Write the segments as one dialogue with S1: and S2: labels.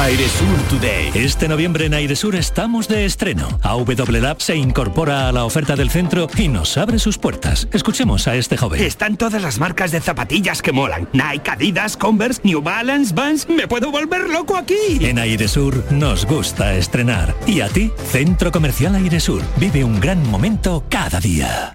S1: Airesur Today. Este noviembre en Airesur estamos de estreno. AW Lab se incorpora a la oferta del centro y nos abre sus puertas. Escuchemos a este joven.
S2: Están todas las marcas de zapatillas que molan. Nike, Adidas, Converse, New Balance, Vans. Me puedo volver loco aquí.
S1: En Airesur nos gusta estrenar. Y a ti, Centro Comercial Airesur. Vive un gran momento cada día.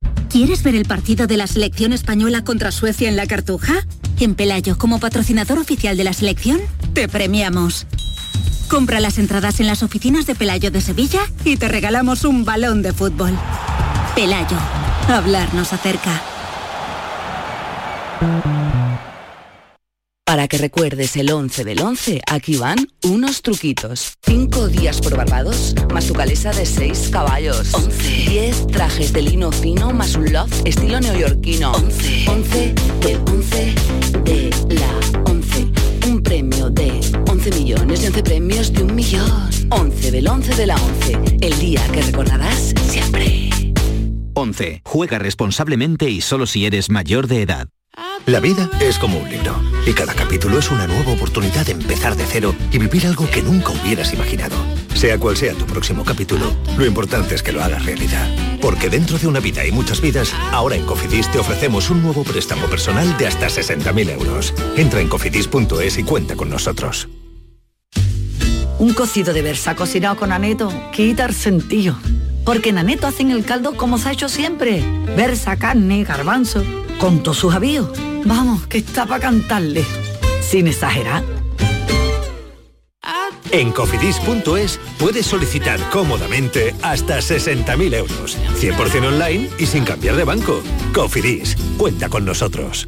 S3: ¿Quieres ver el partido de la selección española contra Suecia en la Cartuja? En Pelayo, como patrocinador oficial de la selección, te premiamos. Compra las entradas en las oficinas de Pelayo de Sevilla y te regalamos un balón de fútbol. Pelayo, hablarnos acerca.
S4: Para que recuerdes el 11 del 11, aquí van unos truquitos. 5 días por Barbados, más tu calesa de 6 caballos. 11. 10 trajes de lino fino, más un loft estilo neoyorquino. 11. 11 del 11 de la 11. Un premio de 11 millones y 11 premios de un millón. 11 del 11 de la 11. El día que recordarás siempre.
S5: 11. Juega responsablemente y solo si eres mayor de edad.
S6: La vida es como un libro y cada capítulo es una nueva oportunidad de empezar de cero y vivir algo que nunca hubieras imaginado. Sea cual sea tu próximo capítulo, lo importante es que lo hagas realidad. Porque dentro de una vida hay muchas vidas, ahora en Cofidis te ofrecemos un nuevo préstamo personal de hasta 60.000 euros. Entra en cofidis.es y cuenta con nosotros.
S7: Un cocido de versa cocinado con Aneto quita el sentido. Porque en Aneto hacen el caldo como se ha hecho siempre. Versa, carne, garbanzo, con todos sus avíos. Vamos, que está para cantarle. Sin exagerar.
S6: En cofidis.es puedes solicitar cómodamente hasta 60.000 euros, 100% online y sin cambiar de banco. Cofidis, cuenta con nosotros.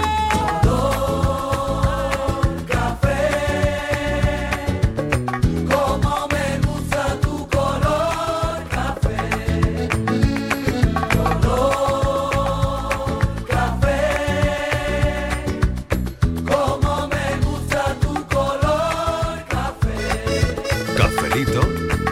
S8: Cafelito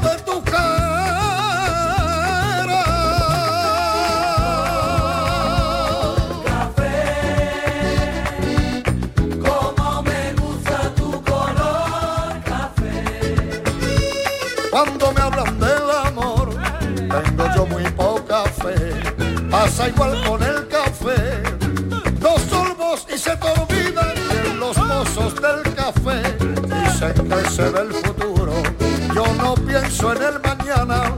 S9: de tu cara.
S10: Como me gusta tu color café,
S9: Cuando me hablan del amor, tengo yo muy poca fe. Pasa igual con el café. Dos sorbos y se te olvidan de los mozos del café. Dicen que se ve el futuro. Yo no pienso en el mañana.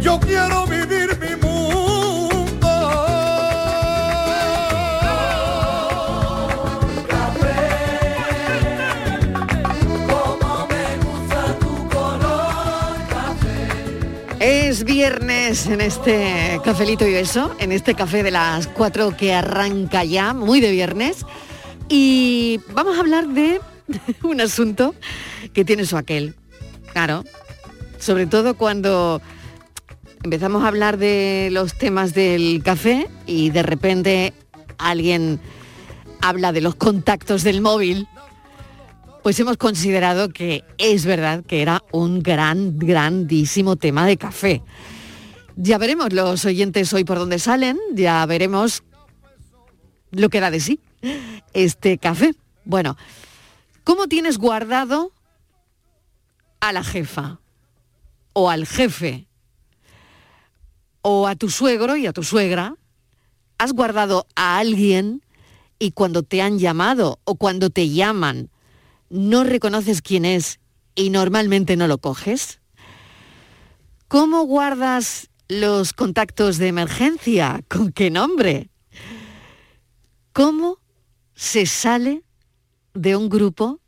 S9: Yo quiero vivir mi mundo.
S10: como me gusta tu color café.
S11: Es viernes en este cafelito y beso, en este café de las 4 que arranca ya, muy de viernes. Y vamos a hablar de un asunto que tiene su aquel, claro. Sobre todo cuando empezamos a hablar de los temas del café y de repente alguien habla de los contactos del móvil, pues hemos considerado que es verdad que era un gran, grandísimo tema de café. Ya veremos los oyentes hoy por dónde salen, ya veremos lo que da de sí este café. Bueno, ¿cómo tienes guardado a la jefa o al jefe o a tu suegro y a tu suegra? ¿Has guardado a alguien y cuando te han llamado o cuando te llaman no reconoces quién es y normalmente no lo coges? ¿Cómo guardas los contactos de emergencia? ¿Con qué nombre? ¿Cómo se sale de un grupo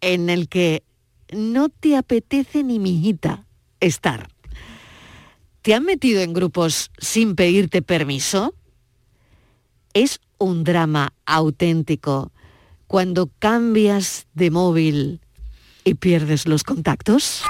S11: en el que no te apetece ni mijita estar? ¿Te han metido en grupos sin pedirte permiso? Es un drama auténtico cuando cambias de móvil y pierdes los contactos.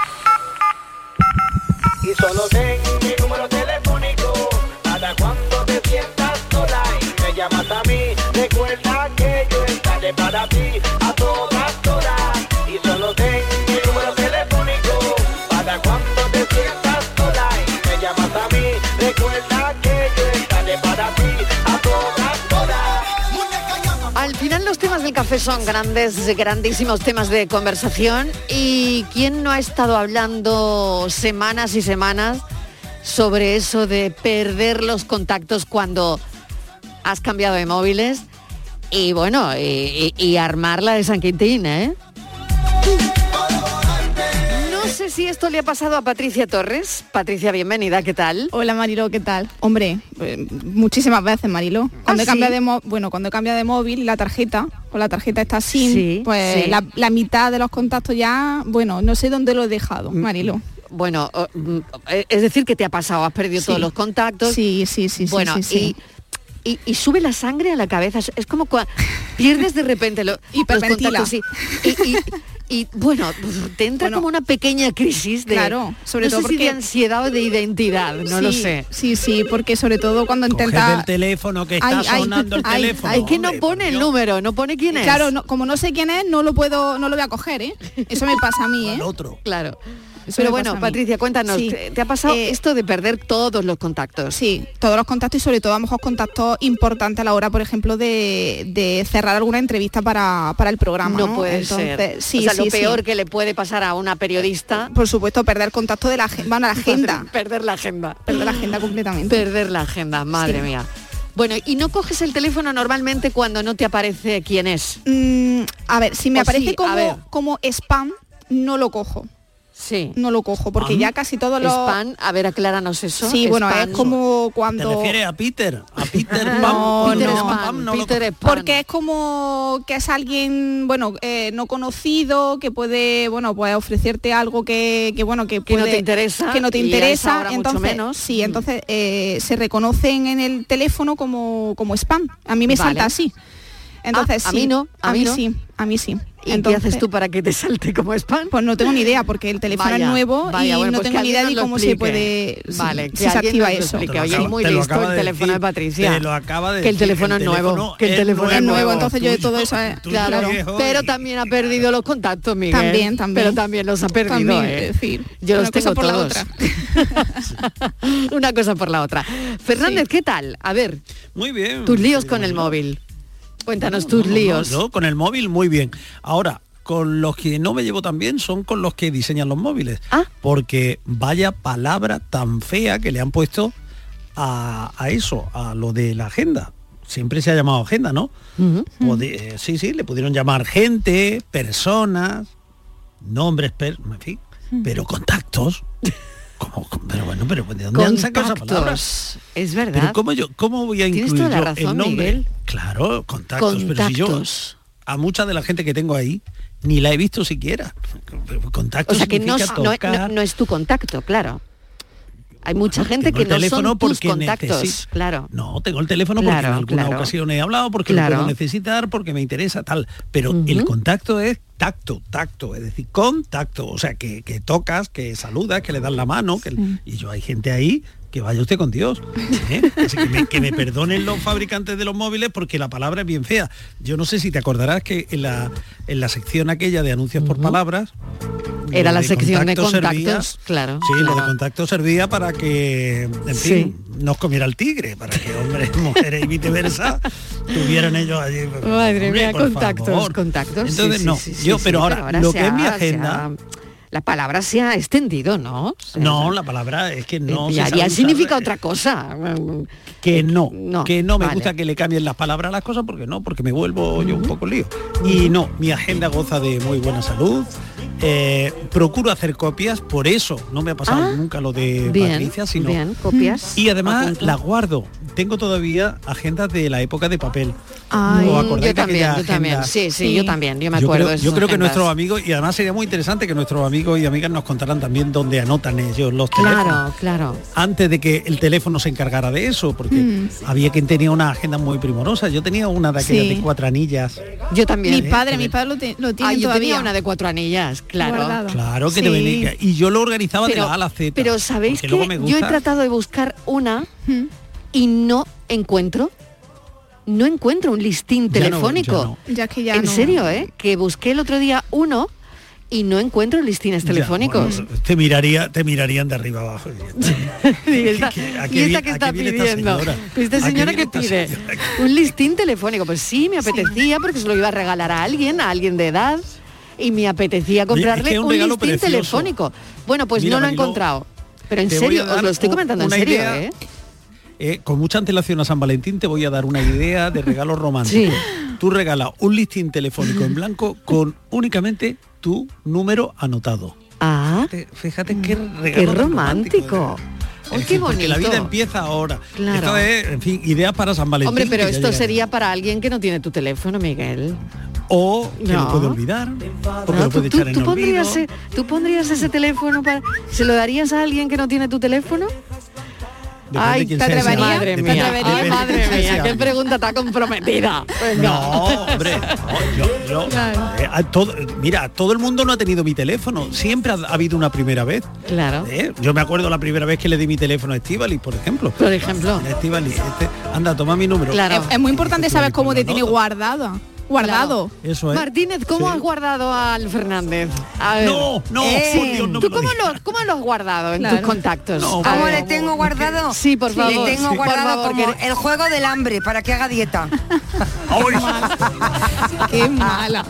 S10: Y solo ten mi número telefónico. Cada cuando te sientas sola y me llamas a mí, recuerda que yo estaré para ti a todas horas. Y solo ten mi número telefónico. Cada cuando te sientas sola y me llamas a mí, recuerda que yo estaré para ti a todas horas.
S11: Al final los temas del café son grandes, grandísimos temas de conversación y quién no ha estado hablando semanas y semanas sobre eso de perder los contactos cuando has cambiado de móviles y bueno, y, y- y armarla de San Quintín, ¿eh? No sé si esto le ha pasado a Patricia Torres. Patricia, bienvenida, ¿qué tal?
S12: Hola Marilo, ¿qué tal? Hombre, eh, muchísimas veces Marilo. Cuando
S11: ¿Ah,
S12: he cambiado
S11: sí?
S12: de mo- bueno, cuando he cambiado de móvil, la tarjeta, con la tarjeta está sin,
S11: Sí,
S12: pues
S11: sí.
S12: La, la mitad de los contactos ya, bueno, no sé dónde lo he dejado,
S11: Mm.
S12: Marilo.
S11: Bueno, o- mm, eh, es decir, que te ha pasado, has perdido
S12: Sí.
S11: todos los contactos.
S12: Sí, sí, sí. sí,
S11: Bueno,
S12: sí, sí.
S11: Y, y- y sube la sangre a la cabeza. Es- Es como cuando pierdes de repente lo- los
S12: Hiperventila.
S11: contactos. sí. Y, y- y, bueno, te entra como una pequeña crisis de,
S12: Claro, sobre
S11: no
S12: todo
S11: sé si de
S12: porque-
S11: ansiedad o de identidad, no lo
S12: Sí,
S11: sé.
S12: Sí, sí, porque sobre todo cuando intenta
S11: teléfono que
S12: está Ay, ay, sonando el ay, teléfono.
S11: Es que no pone el número, no pone quién es.
S12: Claro, no- como no sé quién es, no lo puedo, no lo voy a coger, ¿eh? Eso me pasa a mí, ¿eh?
S11: otro. Claro.
S12: Eso
S11: Pero
S12: me
S11: bueno,
S12: pasa a mí.
S11: Patricia, cuéntanos,
S12: Sí.
S11: ¿te, te ha pasado
S12: Eh,
S11: esto de perder todos los contactos?
S12: Sí, todos los contactos y sobre todo a lo mejor contactos importantes a la hora, por ejemplo, de, de cerrar alguna entrevista para, para el programa. No,
S11: No puede ser.
S12: Entonces, Sí,
S11: o sea,
S12: sí,
S11: lo peor
S12: sí.
S11: que le puede pasar a una periodista
S12: Por supuesto, perder contacto de la, agen- bueno, la agenda.
S11: perder la agenda.
S12: Perder la agenda completamente.
S11: Perder la agenda, madre
S12: Sí.
S11: mía. Bueno, ¿y no coges el teléfono normalmente cuando no te aparece quién es?
S12: Mm, a ver, si me
S11: O
S12: aparece
S11: sí, a ver.
S12: como, como spam, no lo cojo.
S11: Sí.
S12: No lo cojo, porque
S11: Spam.
S12: ya casi todos los...
S11: Spam, a ver, acláranos eso.
S12: Sí, bueno,
S11: Spam.
S12: es como cuando...
S13: a Peter? A Peter
S12: No,
S13: Pan.
S12: no. Ah,
S13: Peter Pan, no lo
S11: Peter
S13: conozco.
S12: Porque es como que es alguien, bueno, eh, no conocido, que puede, bueno, pues ofrecerte algo que, que, bueno, que,
S11: Que no
S12: puede-
S11: te interesa,
S12: Que no te
S11: y a esa
S12: interesa,
S11: hora mucho
S12: entonces,
S11: menos. Mm.
S12: sí, entonces eh, se reconocen en el teléfono como, como spam. A mí me
S11: Vale.
S12: salta así. Entonces,
S11: Ah, a
S12: sí,
S11: mí no, a mí no.
S12: sí, a mí sí.
S11: ¿Y qué haces tú para que te salte como spam?
S12: Pues no tengo ni idea porque el teléfono
S11: Vaya,
S12: es nuevo
S11: vaya,
S12: y
S11: bueno,
S12: no
S11: pues que
S12: tengo ni
S11: alguien
S12: idea
S11: nos
S12: de
S11: lo
S12: cómo se puede
S11: explique. Vale,
S12: si
S11: que
S12: se
S11: alguien
S12: activa
S11: nos lo
S12: eso.
S11: explique. Oye, es muy
S13: te lo
S11: listo
S13: acaba
S11: el
S13: de
S11: teléfono de
S13: decir,
S11: Patricia.
S13: te lo acaba de
S11: que el
S13: decir,
S11: teléfono
S13: el
S11: es nuevo,
S13: teléfono
S11: que el
S13: es
S11: teléfono es
S13: nuevo,
S11: nuevo,
S13: entonces yo de todo eso,
S12: eh,
S13: tuyo,
S11: claro,
S13: viejo,
S11: pero también ha perdido los contactos, Miguel.
S12: También, también.
S11: Pero también los ha perdido,
S12: También,
S11: eh.
S12: es decir,
S11: Yo
S12: una
S11: los
S12: cosa
S11: tengo
S12: por la
S11: todos.
S12: otra.
S11: una cosa por la otra. Fernández, ¿qué tal? A ver,
S13: Muy bien.
S11: tus líos con el móvil. Cuéntanos tus
S13: No, no,
S11: líos.
S13: yo con el móvil muy bien. Ahora, con los que no me llevo tan bien son con los que diseñan los móviles.
S11: Ah.
S13: Porque vaya palabra tan fea que le han puesto a, a eso, a lo de la agenda. Siempre se ha llamado agenda, ¿no? Pode- eh, sí, sí, le pudieron llamar gente, personas, nombres, per- en fin, pero contactos. Como- pero bueno, pero ¿de dónde han sacado esa palabra?
S11: Contactos. Es verdad.
S13: Pero ¿cómo, yo, ¿cómo voy a
S11: Tienes
S13: incluir
S11: toda la
S13: yo
S11: razón,
S13: el nombre?
S11: Miguel.
S13: Claro, contactos, Pero si yo
S11: Contactos.
S13: a mucha de la gente que tengo ahí ni la he visto siquiera.
S11: O
S13: Contactos
S11: sea que no,
S13: significa
S11: no-
S13: tocar.
S11: no- no es tu contacto, claro. Hay mucha gente
S13: tengo
S11: que
S13: el
S11: no
S13: teléfono
S11: son tus
S13: porque
S11: contactos.
S13: necesi-
S11: Claro.
S13: No, tengo el teléfono porque
S11: Claro,
S13: en alguna
S11: claro.
S13: ocasión he hablado, porque
S11: Claro.
S13: lo puedo necesitar, porque me interesa, tal. Pero el contacto es tacto, tacto, es decir, contacto. O sea, que, que tocas, que saludas, que le das la mano. Que, Y yo hay gente ahí que vaya usted con Dios. ¿eh? Así que, me, que me perdonen los fabricantes de los móviles porque la palabra es bien fea. Yo no sé si te acordarás que en la, en la sección aquella de anuncios por palabras...
S11: Era
S13: lo
S11: la
S13: de
S11: sección de
S13: contacto
S11: contactos,
S13: servía-
S11: claro.
S13: Sí, lo de
S11: claro.
S13: contacto servía para que, en
S11: Sí.
S13: fin, nos comiera el tigre, para que hombres, mujeres y viceversa tuvieran ellos allí. pues,
S11: Madre
S13: Hombre,
S11: mía,
S13: por
S11: contactos,
S13: favor.
S11: contactos. sí,
S13: Entonces,
S11: sí,
S13: no,
S11: sí, sí,
S13: yo,
S11: sí,
S13: pero ahora, lo
S11: se
S13: que es mi
S11: ha- se
S13: agenda...
S11: ha- la palabra se ha extendido, ¿no? O sea,
S13: No, la palabra es que no
S11: ya,
S13: se sabe
S11: ya
S13: usar.
S11: significa otra cosa. Mm,
S13: que no, que no me
S11: vale.
S13: gusta que le cambien las palabras a las cosas porque no, porque me vuelvo yo un poco lío. Y no, mi agenda goza de muy buena salud. eh, procuro hacer copias, por eso no me ha pasado nunca lo de
S11: Ah, bien,
S13: Patricia, sino
S11: bien, copias.
S13: Y además
S11: Apunto.
S13: las guardo. Tengo todavía agendas de la época de papel.
S11: Ay,
S13: ¿Os
S11: yo
S13: acordáis de
S11: también,
S13: aquella
S11: yo también.
S13: agenda?
S11: Sí, sí, yo también, yo me acuerdo
S13: creo-
S11: de
S13: Yo
S11: esas
S13: creo que
S11: agendas.
S13: nuestros amigos, y además sería muy interesante que nuestros amigos y amigas nos contaran también dónde anotan ellos los
S11: Claro,
S13: teléfonos
S11: claro.
S13: antes de que el teléfono se encargara de eso, porque
S12: Mm.
S13: había quien tenía una agenda muy primorosa. Yo tenía una de aquellas
S12: Sí.
S13: de cuatro anillas.
S11: Yo también.
S12: Mi padre, mi padre lo, te- lo tiene
S11: Ah, yo
S12: todavía.
S11: tenía una de cuatro anillas, claro.
S12: Guardado.
S13: Claro que
S11: Sí.
S13: te venía. Y yo lo organizaba de la A a la Z.
S11: pero sabéis
S13: porque
S11: que
S13: luego me
S11: yo he
S13: gusta-
S11: tratado de buscar una
S12: Hmm.
S11: y no encuentro. No encuentro un listín
S13: Ya no, ya
S11: telefónico.
S12: Ya es que ya
S11: en
S12: no-
S11: serio, ¿eh? Que busqué el otro día uno y no encuentro listines
S13: Ya,
S11: telefónicos.
S13: bueno, te miraría, te mirarían de arriba abajo.
S11: y esta,
S13: ¿A
S11: y
S13: qué
S11: esta
S13: vi-
S11: que
S13: a qué
S11: está
S13: viene esta
S11: pidiendo. Pues
S13: señora?
S11: Esta
S13: ¿A qué
S11: señora
S13: viene
S11: que
S13: esta
S11: pide un listín telefónico. Pues sí, me apetecía porque se lo iba a regalar a alguien, a alguien de edad. Y me apetecía comprarle
S13: es un
S11: un,
S13: regalo
S11: listín
S13: precioso.
S11: telefónico. Bueno, pues
S13: Mira,
S11: no lo he
S13: Mariló,
S11: encontrado. Pero en
S13: te voy
S11: serio,
S13: a
S11: os
S13: dar
S11: lo estoy
S13: un-
S11: comentando en
S13: una
S11: serio,
S13: idea
S11: ¿eh?
S13: Eh, con mucha antelación a San Valentín te voy a dar una idea de regalo romántico. Tú regalas un listín telefónico en blanco con únicamente tu número anotado.
S11: Ah,
S13: fíjate Mm, qué
S11: qué
S13: regalo tan
S11: romántico. Ay,
S13: En
S11: qué
S13: fin, Porque la vida
S11: bonito.
S13: empieza ahora.
S11: Claro.
S13: Esto es, en fin, ideas para San Valentín.
S11: Hombre, pero
S13: que ya
S11: esto
S13: llegará.
S11: sería para alguien que no tiene tu teléfono, Miguel.
S13: O que
S11: No.
S13: lo puede olvidar, porque
S11: No,
S13: lo
S11: tú,
S13: puede
S11: tú-
S13: echar en
S11: tú
S13: olvido.
S11: pondrías, eh, tú pondrías ese teléfono para... ¿Se lo darías a alguien que no tiene tu teléfono?
S13: Depende
S11: Ay,
S13: de quién
S11: ¿te
S13: sea ese
S11: atreverías?
S13: alguien.
S11: Madre
S13: Depende-
S11: mía,
S13: depende
S11: ay,
S13: de quién
S11: madre
S13: sea ese
S11: mía, qué
S13: alguien.
S11: pregunta tan comprometida.
S13: No, hombre, no, yo, yo- eh, a todo- mira, todo el mundo no ha tenido mi teléfono, siempre ha, ha habido una primera vez.
S11: Claro.
S13: Eh, Yo me acuerdo la primera vez que le di mi teléfono a Estivali, por ejemplo.
S11: Por ejemplo.
S13: Estivali, anda, toma mi número.
S12: Es, es muy importante saber cómo te tiene guardada. Guardado.
S13: Eso es.
S11: Martínez, ¿cómo
S13: Sí.
S11: has guardado al Fernández? A Eh,
S13: No, no, por Dios, no
S11: ¿Tú
S13: me lo
S11: cómo, lo, cómo lo has guardado en
S14: Claro.
S11: tus contactos?
S14: No,
S11: A
S14: ¿Cómo
S11: ver.
S14: le tengo guardado?
S11: Sí, por favor.
S14: Le tengo
S11: Sí.
S14: guardado
S11: Por favor,
S14: como
S11: que-
S14: el juego del hambre para que haga dieta.
S12: Qué mala.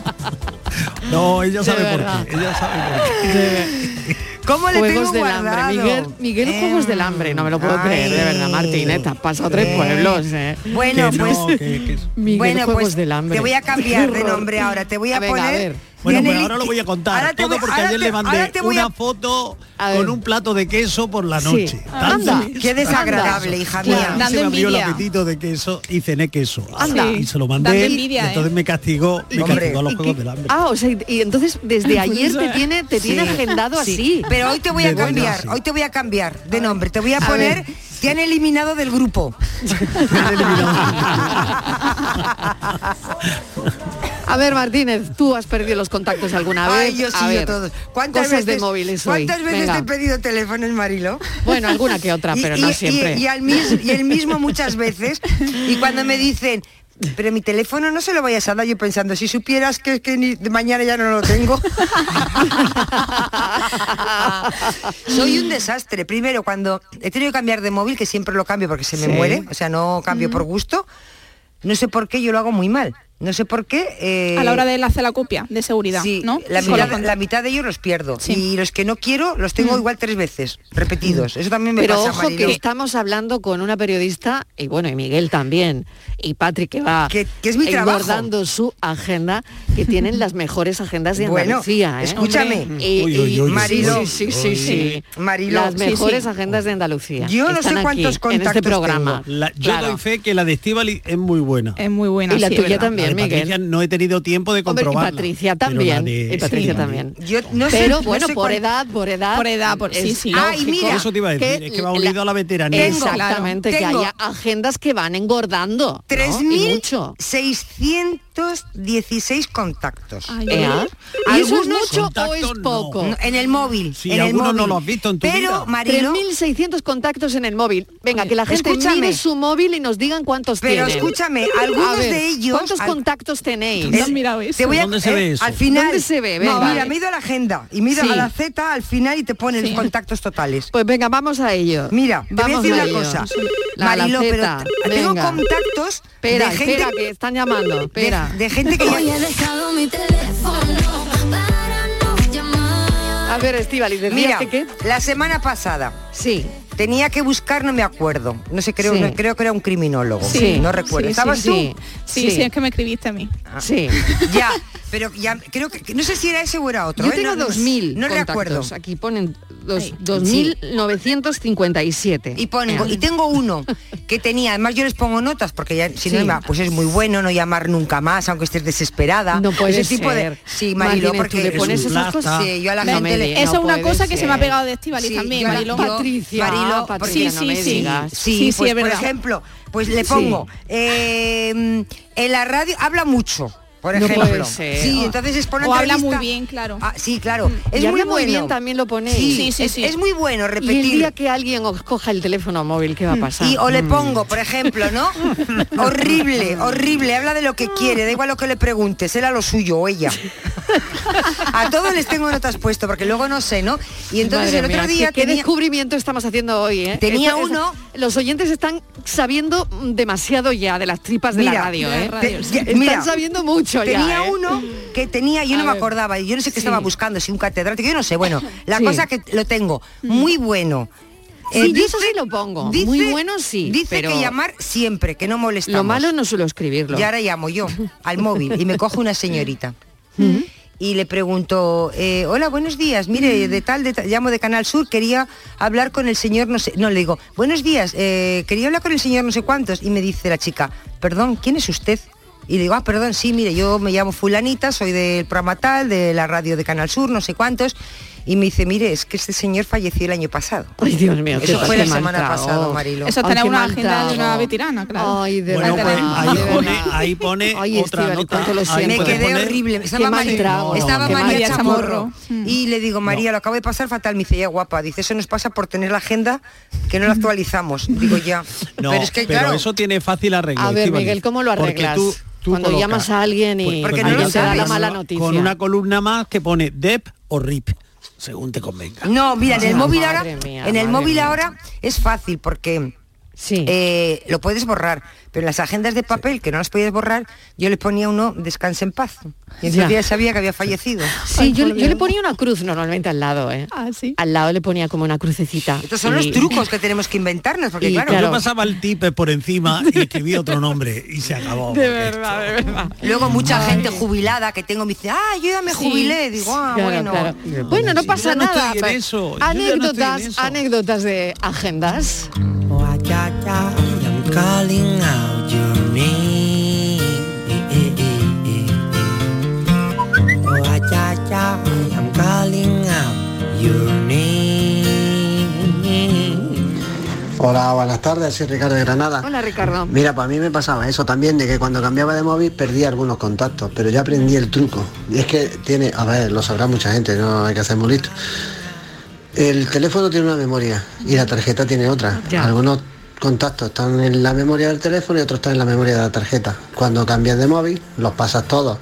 S13: No, ella
S11: De
S13: sabe
S11: verdad.
S13: por qué. Ella sabe por qué.
S14: ¿Cómo le
S11: Juegos
S14: tengo
S11: del
S14: guardado?
S11: hambre, Miguel, Miguel Juegos del Hambre, no me lo puedo
S14: Ay.
S11: creer, de verdad, Martínez, te has pasado tres
S14: Eh.
S11: pueblos, ¿eh?
S14: Bueno, Que pues- no,
S11: Miguel
S14: bueno,
S11: Juegos
S14: pues
S11: del Hambre.
S14: te voy a cambiar
S11: Qué
S14: de
S11: horror.
S14: nombre ahora. Te voy a,
S11: Venga,
S14: poner.
S11: ver.
S13: Bueno,
S14: Viene
S13: pues
S14: el-
S13: ahora lo voy a contar
S14: Ahora te
S13: todo
S14: voy-
S13: porque
S14: ahora te-
S13: ayer le
S14: ahora
S13: mandé
S14: te voy
S13: una
S14: a-
S13: foto
S14: A ver.
S13: con un plato de queso por la
S14: Sí. Ah,
S13: noche.
S14: Anda, qué desagradable,
S13: Anda.
S14: hija mía. Dando
S13: se me abrió el
S14: envidia.
S13: apetito de queso y cené queso.
S11: Anda.
S13: Y se lo
S11: Dando
S13: mandé
S11: envidia,
S13: y entonces me castigó, me
S14: Hombre.
S13: castigó a los
S14: ¿eh? ¿Y
S13: juegos del hambre.
S11: Ah, o sea, y- y entonces desde ayer te tiene, te tiene
S14: Pues Sí,
S11: agendado
S14: sí.
S11: así.
S14: Pero hoy te voy a
S11: De buenas,
S14: cambiar,
S11: sí.
S14: hoy te voy a cambiar de nombre. Te voy a
S11: A
S14: poner.
S11: ver.
S14: Te han eliminado del grupo.
S11: A ver, Martínez, tú has perdido los contactos alguna vez.
S14: Ay, yo sí,
S11: A
S14: yo
S11: ver,
S14: todo. ¿Cuántas
S11: cosas
S14: veces,
S11: de móviles hoy?
S14: ¿Cuántas veces
S11: Venga.
S14: te he pedido teléfonos, Marilo?
S11: Bueno, alguna que otra, pero no siempre.
S14: Y, al mis- y el mismo muchas veces. Y cuando me dicen, pero mi teléfono no se lo vayas a dar, yo pensando, si supieras que, que ni- de mañana ya no lo tengo. Soy un desastre. Primero, cuando he tenido que cambiar de móvil, que siempre lo cambio porque se me
S11: Sí.
S14: muere, o sea, no cambio por gusto, no sé por qué yo lo hago muy mal. No sé por qué. eh,
S12: A la hora de él hacer la copia de seguridad,
S14: Sí,
S12: ¿no?
S14: La,
S12: Con los
S14: mitad, la mitad de ellos los pierdo. Y los que no quiero los tengo igual tres veces, repetidos. Eso también me
S11: Mm. Pero
S14: pasa,
S11: ojo
S14: Mariló.
S11: que estamos hablando con una periodista, y bueno, y Miguel también, y Patrick que va
S14: que es mi trabajo.
S11: engordando su agenda, que tienen las mejores agendas de
S14: Bueno,
S11: Andalucía. ¿eh?
S14: escúchame.
S11: Hombre. Y-
S14: Uy, uy,
S11: y-
S14: uy, uy,
S11: Mariló,
S14: uy.
S11: sí, sí, sí, sí.
S14: Mariló,
S11: Las
S14: sí, sí.
S11: mejores agendas de Andalucía.
S14: Yo no
S11: están
S14: sé cuántos
S11: aquí, en
S14: contactos
S11: este programa.
S13: La- yo
S11: Claro.
S13: doy fe que la de Estivali es muy buena.
S12: Es muy buena.
S11: Y la
S12: sí,
S11: tuya
S12: ¿verdad?
S11: también,
S13: La de
S11: también, Miguel.
S13: Patricia no he tenido tiempo de
S11: Hombre, y
S13: comprobarla.
S11: Patricia
S13: pero la
S11: también.
S13: de-
S11: Y Patricia
S13: sí,
S11: también.
S14: Yo no sé-
S11: pero
S14: no
S11: bueno,
S14: sé
S11: por
S14: cuál-
S11: edad, por edad. Por edad, por
S14: sí, sí. Ah, y mira,
S13: Eso te iba a decir, es que va unido a la veteranía. Tengo, claro.
S11: Exactamente, que
S14: Tengo.
S11: haya agendas que van engordando. ¿no? Y mucho.
S14: 3.616 contactos.
S11: Ay, ¿Eh? ay. ¿Y eso es mucho Contacto, o es no. poco?
S14: No, En el móvil.
S11: Sí,
S14: en el
S11: alguno no
S14: móvil.
S11: lo has
S13: visto en tu
S14: Pero,
S11: Pero,
S14: Marilo,
S11: 3.600 contactos en el móvil. Venga, que la gente
S14: Escúchame.
S11: mire su móvil y nos digan cuántos
S14: Pero
S11: tienen.
S14: escúchame,
S11: A
S14: algunos
S11: ver,
S14: de ellos-
S11: ¿Cuántos
S14: al-
S11: contactos tenéis?
S14: Es- te voy a- eh, Al final.
S11: ¿Dónde se ve?
S14: No,
S11: Venga.
S14: mira, me he ido a la agenda y me he ido
S11: Sí.
S14: a la Z al final y te pone
S11: Sí.
S14: los contactos totales.
S11: Pues venga, vamos a ello.
S14: Mira, te voy a
S11: Vamos
S14: decir
S11: a
S14: una
S11: ello.
S14: cosa.
S11: La- la
S14: Mariló, pero
S11: Z,
S14: t- tengo
S11: venga.
S14: contactos
S11: Espera,
S14: de gente
S11: espera, que están llamando.
S14: de-
S11: Espera.
S14: De, gente que
S11: Hoy
S14: ya
S11: he
S14: dejado mi
S11: A ver, Estivali, decías
S14: Mira,
S11: que qué?
S14: la semana pasada.
S11: Sí.
S14: Tenía que buscar, no me acuerdo. No sé, creo,
S11: Sí.
S14: no- creo que era un criminólogo.
S12: Sí.
S14: No recuerdo.
S12: Sí,
S14: ¿Estabas
S12: sí.
S14: tú?
S12: Sí, sí, sí, es que me escribiste a mí.
S14: Ah. Ya, pero ya creo que no sé si era ese o era otro.
S11: Yo
S14: ¿eh?
S11: tengo
S14: No- no-
S11: 2.000
S14: No
S11: contactos.
S14: recuerdo.
S11: Aquí ponen dos-
S14: Ay,
S11: 2.957.
S14: Y pongo,
S11: Eh.
S14: y tengo uno que tenía, además yo les pongo notas porque ya si no
S11: Sí.
S14: iba, pues es muy bueno no llamar nunca más aunque estés desesperada.
S11: No puede
S14: Ese tipo de
S11: ser.
S14: Sí, Mariló,
S11: Martínez, tú
S14: porque
S11: le pones Es un esas plasta. cosas.
S14: Sí, yo a la
S11: No
S14: gente
S11: me
S14: le-
S11: digas,
S12: Eso es una
S11: puede
S12: cosa que se me ha
S11: ser.
S12: pegado de Estivali
S14: Sí,
S12: también,
S14: yo a la-
S12: Mariló.
S14: yo- Mariló,
S11: Patricia,
S14: porque-
S11: no me digas.
S14: Sí,
S11: Sí, sí,
S14: pues,
S11: es
S14: por
S11: verdad.
S14: ejemplo, pues le
S11: Sí.
S14: pongo eh, en la radio habla mucho. Por
S11: No
S14: ejemplo.
S11: puede ser.
S14: Sí, entonces es poner
S12: O habla muy
S14: entrevista-
S12: bien, claro.
S14: Ah, sí, claro. Es
S11: Y
S14: muy
S11: habla muy
S14: bueno.
S11: bien también lo ponéis.
S14: Sí,
S11: Sí, sí,
S14: es,
S11: sí.
S14: es muy bueno
S11: Y el
S14: repetir.
S11: día que alguien os coja el teléfono móvil, ¿qué va a pasar?
S14: Y o le
S11: Mm.
S14: pongo, por ejemplo, ¿no? horrible, horrible, habla de lo que quiere, da igual lo que le preguntes, era lo suyo o ella. A todos les tengo notas puesto porque luego no sé, ¿no? Y entonces
S11: Madre
S14: el otro
S11: mía,
S14: día
S11: qué, qué
S14: tenía-
S11: descubrimiento estamos haciendo hoy, ¿eh?
S14: Tenía
S11: Esto es-
S14: uno-
S11: los oyentes están sabiendo demasiado ya de las tripas de la
S14: Mira,
S11: radio, ¿eh?
S14: te- ya-
S11: están
S14: mira,
S11: sabiendo mucho ya,
S14: Tenía
S11: ¿eh?
S14: uno que tenía, yo no me acordaba, yo no sé qué estaba buscando, si un catedrático, yo no sé, bueno, la
S11: Sí.
S14: cosa que lo tengo, muy bueno. Eh,
S11: Sí, yo eso sí lo pongo, muy bueno sí,
S14: Dice
S11: pero-
S14: que llamar siempre, que no molestamos.
S11: Lo malo no suelo escribirlo.
S14: Y ahora llamo yo al móvil y me cojo una señorita. Y le pregunto, eh, hola, buenos días, mire, de tal, de tal, llamo de Canal Sur, quería hablar con el señor, no sé, no, le digo, buenos días, eh, quería hablar con el señor no sé cuántos, y me dice la chica, perdón, ¿quién es usted? Y le digo, ah, perdón, sí, mire, yo me llamo fulanita, soy del programa tal, de la radio de Canal Sur, no sé cuántos, y me dice, mire, es que este señor falleció el año pasado.
S11: Ay, Dios mío, qué-
S14: Eso fue la
S11: qué mal
S14: semana
S11: trago.
S14: pasada, Marilo.
S12: Eso
S11: Ay,
S12: tener
S11: qué
S12: una
S11: mal
S12: agenda de una
S11: trago.
S12: veterana, claro.
S11: Ay, de
S13: Bueno, pues
S11: verdad.
S13: ahí
S11: de
S13: pone,
S11: verdad.
S13: ahí pone
S11: Ay,
S13: otra
S11: Estíbaliz,
S13: nota.
S11: cuánto lo
S13: Ahí
S11: siento.
S14: me
S13: puede
S14: quedé
S13: poner-
S14: horrible. Estaba,
S11: Qué mal
S14: María-
S11: trago.
S14: estaba
S11: Qué mal
S14: María
S11: trago.
S14: Chamorro.
S11: Mm.
S14: Y le digo, María, lo acabo de pasar fatal. Me dice, ya guapa. Dice, eso nos pasa por tener la agenda que no la Mm. actualizamos. Digo, ya.
S13: No,
S14: pero es que, claro.
S13: eso tiene fácil arreglo.
S11: A ver,
S13: Estíbaliz,
S11: Miguel, ¿cómo lo
S13: porque
S11: arreglas?
S13: tú- tú
S11: Cuando
S13: colocas-
S11: llamas a alguien y
S13: Pues,
S11: alguien
S13: lo
S11: te da la
S13: sabes.
S11: mala noticia.
S13: Con una columna más que pone DEP o RIP, según te convenga.
S14: No, mira, en el
S13: Ah,
S14: móvil
S13: madre
S14: ahora,
S13: mía,
S14: en el
S13: madre
S14: móvil
S13: mía.
S14: ahora es fácil porque eh, lo puedes borrar, pero en las agendas de papel que no las podías borrar, yo le ponía uno descanse en paz. Y entonces
S11: Ya.
S14: ya sabía que había fallecido.
S11: Sí, yo, yo le ponía una cruz normalmente al lado, ¿eh?
S13: Ah,
S11: Al lado le ponía como una crucecita.
S14: Estos son
S11: y-
S14: los trucos que tenemos que inventarnos, porque
S11: Y
S14: claro,
S11: claro.
S13: Yo pasaba el tipe por encima y escribí otro nombre y se acabó.
S14: De
S11: verdad, de verdad.
S14: Oh, Luego mucha gente jubilada que tengo me dice, ah, yo ya me
S11: Sí.
S14: jubilé. Digo, ah,
S11: Claro,
S14: bueno.
S11: claro. Bueno, no
S14: Sí,
S11: pasa
S14: yo no
S11: nada.
S14: estoy en
S11: pero-
S14: eso, yo ya no estoy en
S11: Anécdotas,
S14: eso.
S11: anécdotas de agendas.
S15: I'm calling out your name. Oh, ah, cha, cha, I'm calling out your name.
S16: Hola, buenas tardes, soy Ricardo de Granada.
S11: Hola, Ricardo.
S16: Mira, para mí me pasaba eso también, de que cuando cambiaba de móvil perdía algunos contactos, pero ya aprendí el truco. Y es que tiene, a ver, lo sabrá mucha gente, no hay que hacer muy listo. El teléfono tiene una memoria y la tarjeta tiene otra. Algunos contactos están en la memoria del teléfono y otros están en la memoria de la tarjeta. Cuando cambias de móvil, los pasas todos.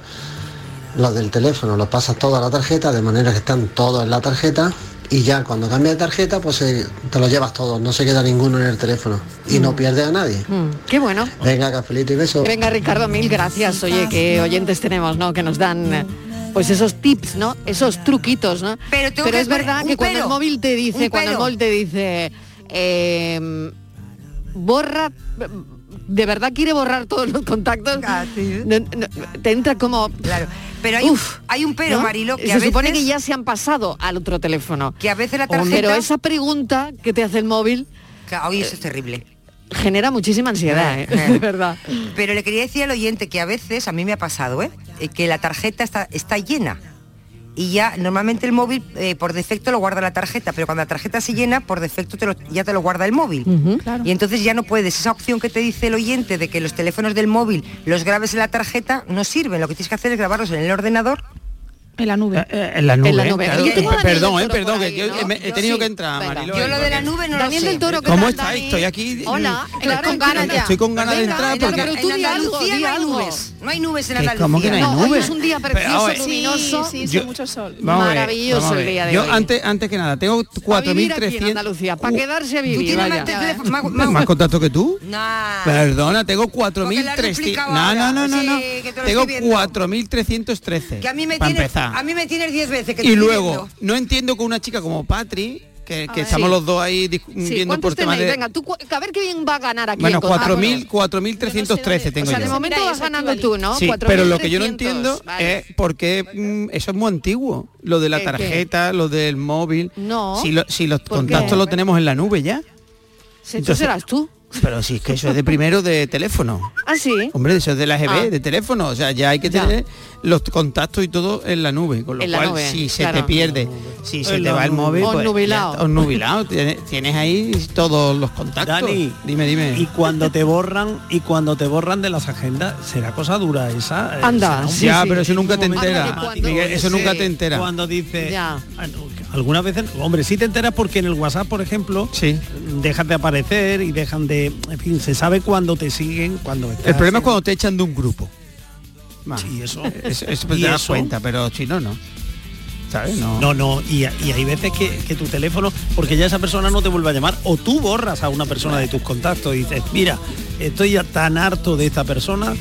S16: Los del teléfono los pasas todos a la tarjeta, de manera que están todos en la tarjeta. Y ya cuando cambias de tarjeta, pues eh, te los llevas todos, no se queda ninguno en el teléfono. Y no pierdes a nadie.
S11: Mm, qué bueno.
S16: Venga, cafelito y beso.
S11: Venga, Ricardo, mil gracias. Oye, qué oyentes tenemos, ¿no? Que nos dan eh, pues esos tips, ¿no? Esos truquitos, ¿no?
S14: Pero tengo que
S11: es
S14: poner
S11: verdad
S14: un
S11: que cuando el
S14: pero,
S11: móvil te dice,
S14: un
S11: cuando el
S14: pero.
S11: móvil te dice, eh, borra, de verdad quiere borrar todos los contactos, No, no, te entra como...
S14: Claro. Pero hay, un- hay un pero,
S11: ¿no?
S14: Marilo, que
S11: se
S14: a veces...
S11: supone que ya se han pasado al otro teléfono.
S14: Que a veces la
S11: Pero
S14: tarjeta...
S11: esa pregunta que te hace el móvil...
S14: Claro, oye, eso es terrible.
S11: Genera muchísima ansiedad, ¿eh? de verdad.
S14: Pero le quería decir al oyente que a veces, a mí me ha pasado, ¿eh? Eh, que la tarjeta está, está llena. Y ya normalmente el móvil eh, por defecto lo guarda la tarjeta, pero cuando la tarjeta se llena, por defecto te lo- ya te lo guarda el móvil. Y entonces ya no puedes. Esa opción que te dice el oyente de que los teléfonos del móvil los grabes en la tarjeta no sirven. Lo que tienes que hacer es grabarlos en el ordenador.
S12: En la nube.
S17: Eh, En la nube. claro.
S12: Yo tengo a Daniel
S17: perdón,
S12: del
S17: eh,
S12: Toro por
S17: perdón, que
S12: ahí,
S17: yo-
S12: ¿no?
S17: que me- he
S12: Yo
S17: tenido
S12: sí.
S17: que entrar,
S12: Venga.
S17: Mariló,
S12: Yo lo de
S17: porque-
S12: la nube no lo Daniel sé. del Toro, ¿qué
S17: ¿Cómo
S12: tal,
S17: está?
S12: Dani?
S17: Estoy aquí.
S12: Hola, claro,
S17: estoy con
S12: entra
S17: ganas
S12: ya.
S17: Estoy con ganas de
S12: Venga,
S17: entrar
S12: entra,
S17: porque
S12: pero tú
S14: en
S12: di algo,
S14: Andalucía
S12: di
S14: no hay
S12: algo.
S14: nubes. No hay nubes en
S17: Que
S14: Andalucía.
S17: como que no hay
S11: No, hoy
S17: nubes.
S11: es un día
S17: Pero, eh,
S11: precioso,
S17: a ver,
S11: luminoso.
S12: Sí, sí,
S17: Yo-
S12: hizo mucho sol.
S17: Vamos a ver,
S11: Maravilloso
S17: vamos a
S11: el
S17: ver.
S11: día de
S17: Yo
S11: hoy.
S17: antes, antes que nada, tengo
S11: vivir aquí en
S17: 4.300...
S11: Andalucía, para quedarse a vivir. vaya.
S17: Uh, Más, contacto que tú. Perdona, tengo
S14: Porque la has
S17: 4.300.
S14: duplicado
S17: No, no, no, no,
S14: ahora.
S17: no.
S14: Sí, que te lo
S17: tengo
S14: estoy viendo.
S17: 4.313.
S14: Que a mí me
S17: para
S14: tienes,
S17: Eh, empezar.
S14: a mí me tienes 10 veces que te
S17: y
S14: estoy
S17: luego,
S14: viendo.
S17: no entiendo que una chica como Patri, que, que
S11: ver.
S17: estamos
S11: Sí.
S17: los dos ahí discu-
S11: Sí,
S17: viendo por
S11: ¿cuántos
S17: temas
S11: tenéis?
S17: de...
S11: Venga, tú, cu- a ver qué bien va a ganar aquí. Ah,
S17: bueno,
S11: en Costa.
S17: 4.000, 4.313 tengo
S11: O sea, de
S17: yo.
S11: momento vas ganando tú, ¿no?
S17: Sí, pero lo que yo no
S11: 4.300,
S17: entiendo
S11: vale.
S17: es por qué mm, eso es muy antiguo, lo de la
S11: ¿El qué?
S17: tarjeta, lo del móvil.
S11: No.
S17: Si, lo- si los
S11: ¿Por qué?
S17: contactos los tenemos en la nube ya.
S11: Sí, tú
S17: Entonces-
S11: serás tú.
S17: Pero si es que eso es de primero de teléfono.
S11: Ah, sí.
S17: Hombre, eso es de la GB,
S11: Ah.
S17: de teléfono. O sea, ya hay que
S11: Ya.
S17: tener los contactos y todo en la nube. Con lo
S11: En la
S17: cual,
S11: nube,
S17: si se
S11: claro.
S17: te pierde, si se
S13: En
S17: te
S13: la
S17: va el
S13: nube.
S17: móvil, pues,
S13: Onnubilado.
S17: ya está, onnubilado. tienes, tienes ahí todos los contactos.
S13: Dani,
S17: dime, dime.
S13: Y cuando te borran y cuando te borran de las agendas, será cosa dura esa. eh,
S17: Anda,
S13: será un-
S17: sí, Ya, sí. Ah, pero eso nunca te
S13: Anda, que
S17: entera.
S13: cuando-
S17: Miguel, eso nunca
S13: sí,
S17: te entera.
S13: Cuando dice
S17: Ah,
S13: algunas veces, hombre, sí te enteras porque en el WhatsApp, por ejemplo, dejan de aparecer y dejan de, en fin, se sabe cuando te siguen, cuando estás
S17: El problema es cuando te echan de un grupo. Más.
S13: Sí, eso.
S17: Eso, eso
S13: Y
S17: pues, te das
S13: eso.
S17: cuenta, pero si no, no. ¿Sabes? No.
S13: No, no, y, y hay veces que, que tu teléfono, porque ya esa persona no te vuelve a llamar, o tú borras a una persona de tus contactos y dices, mira, estoy ya tan harto de esta persona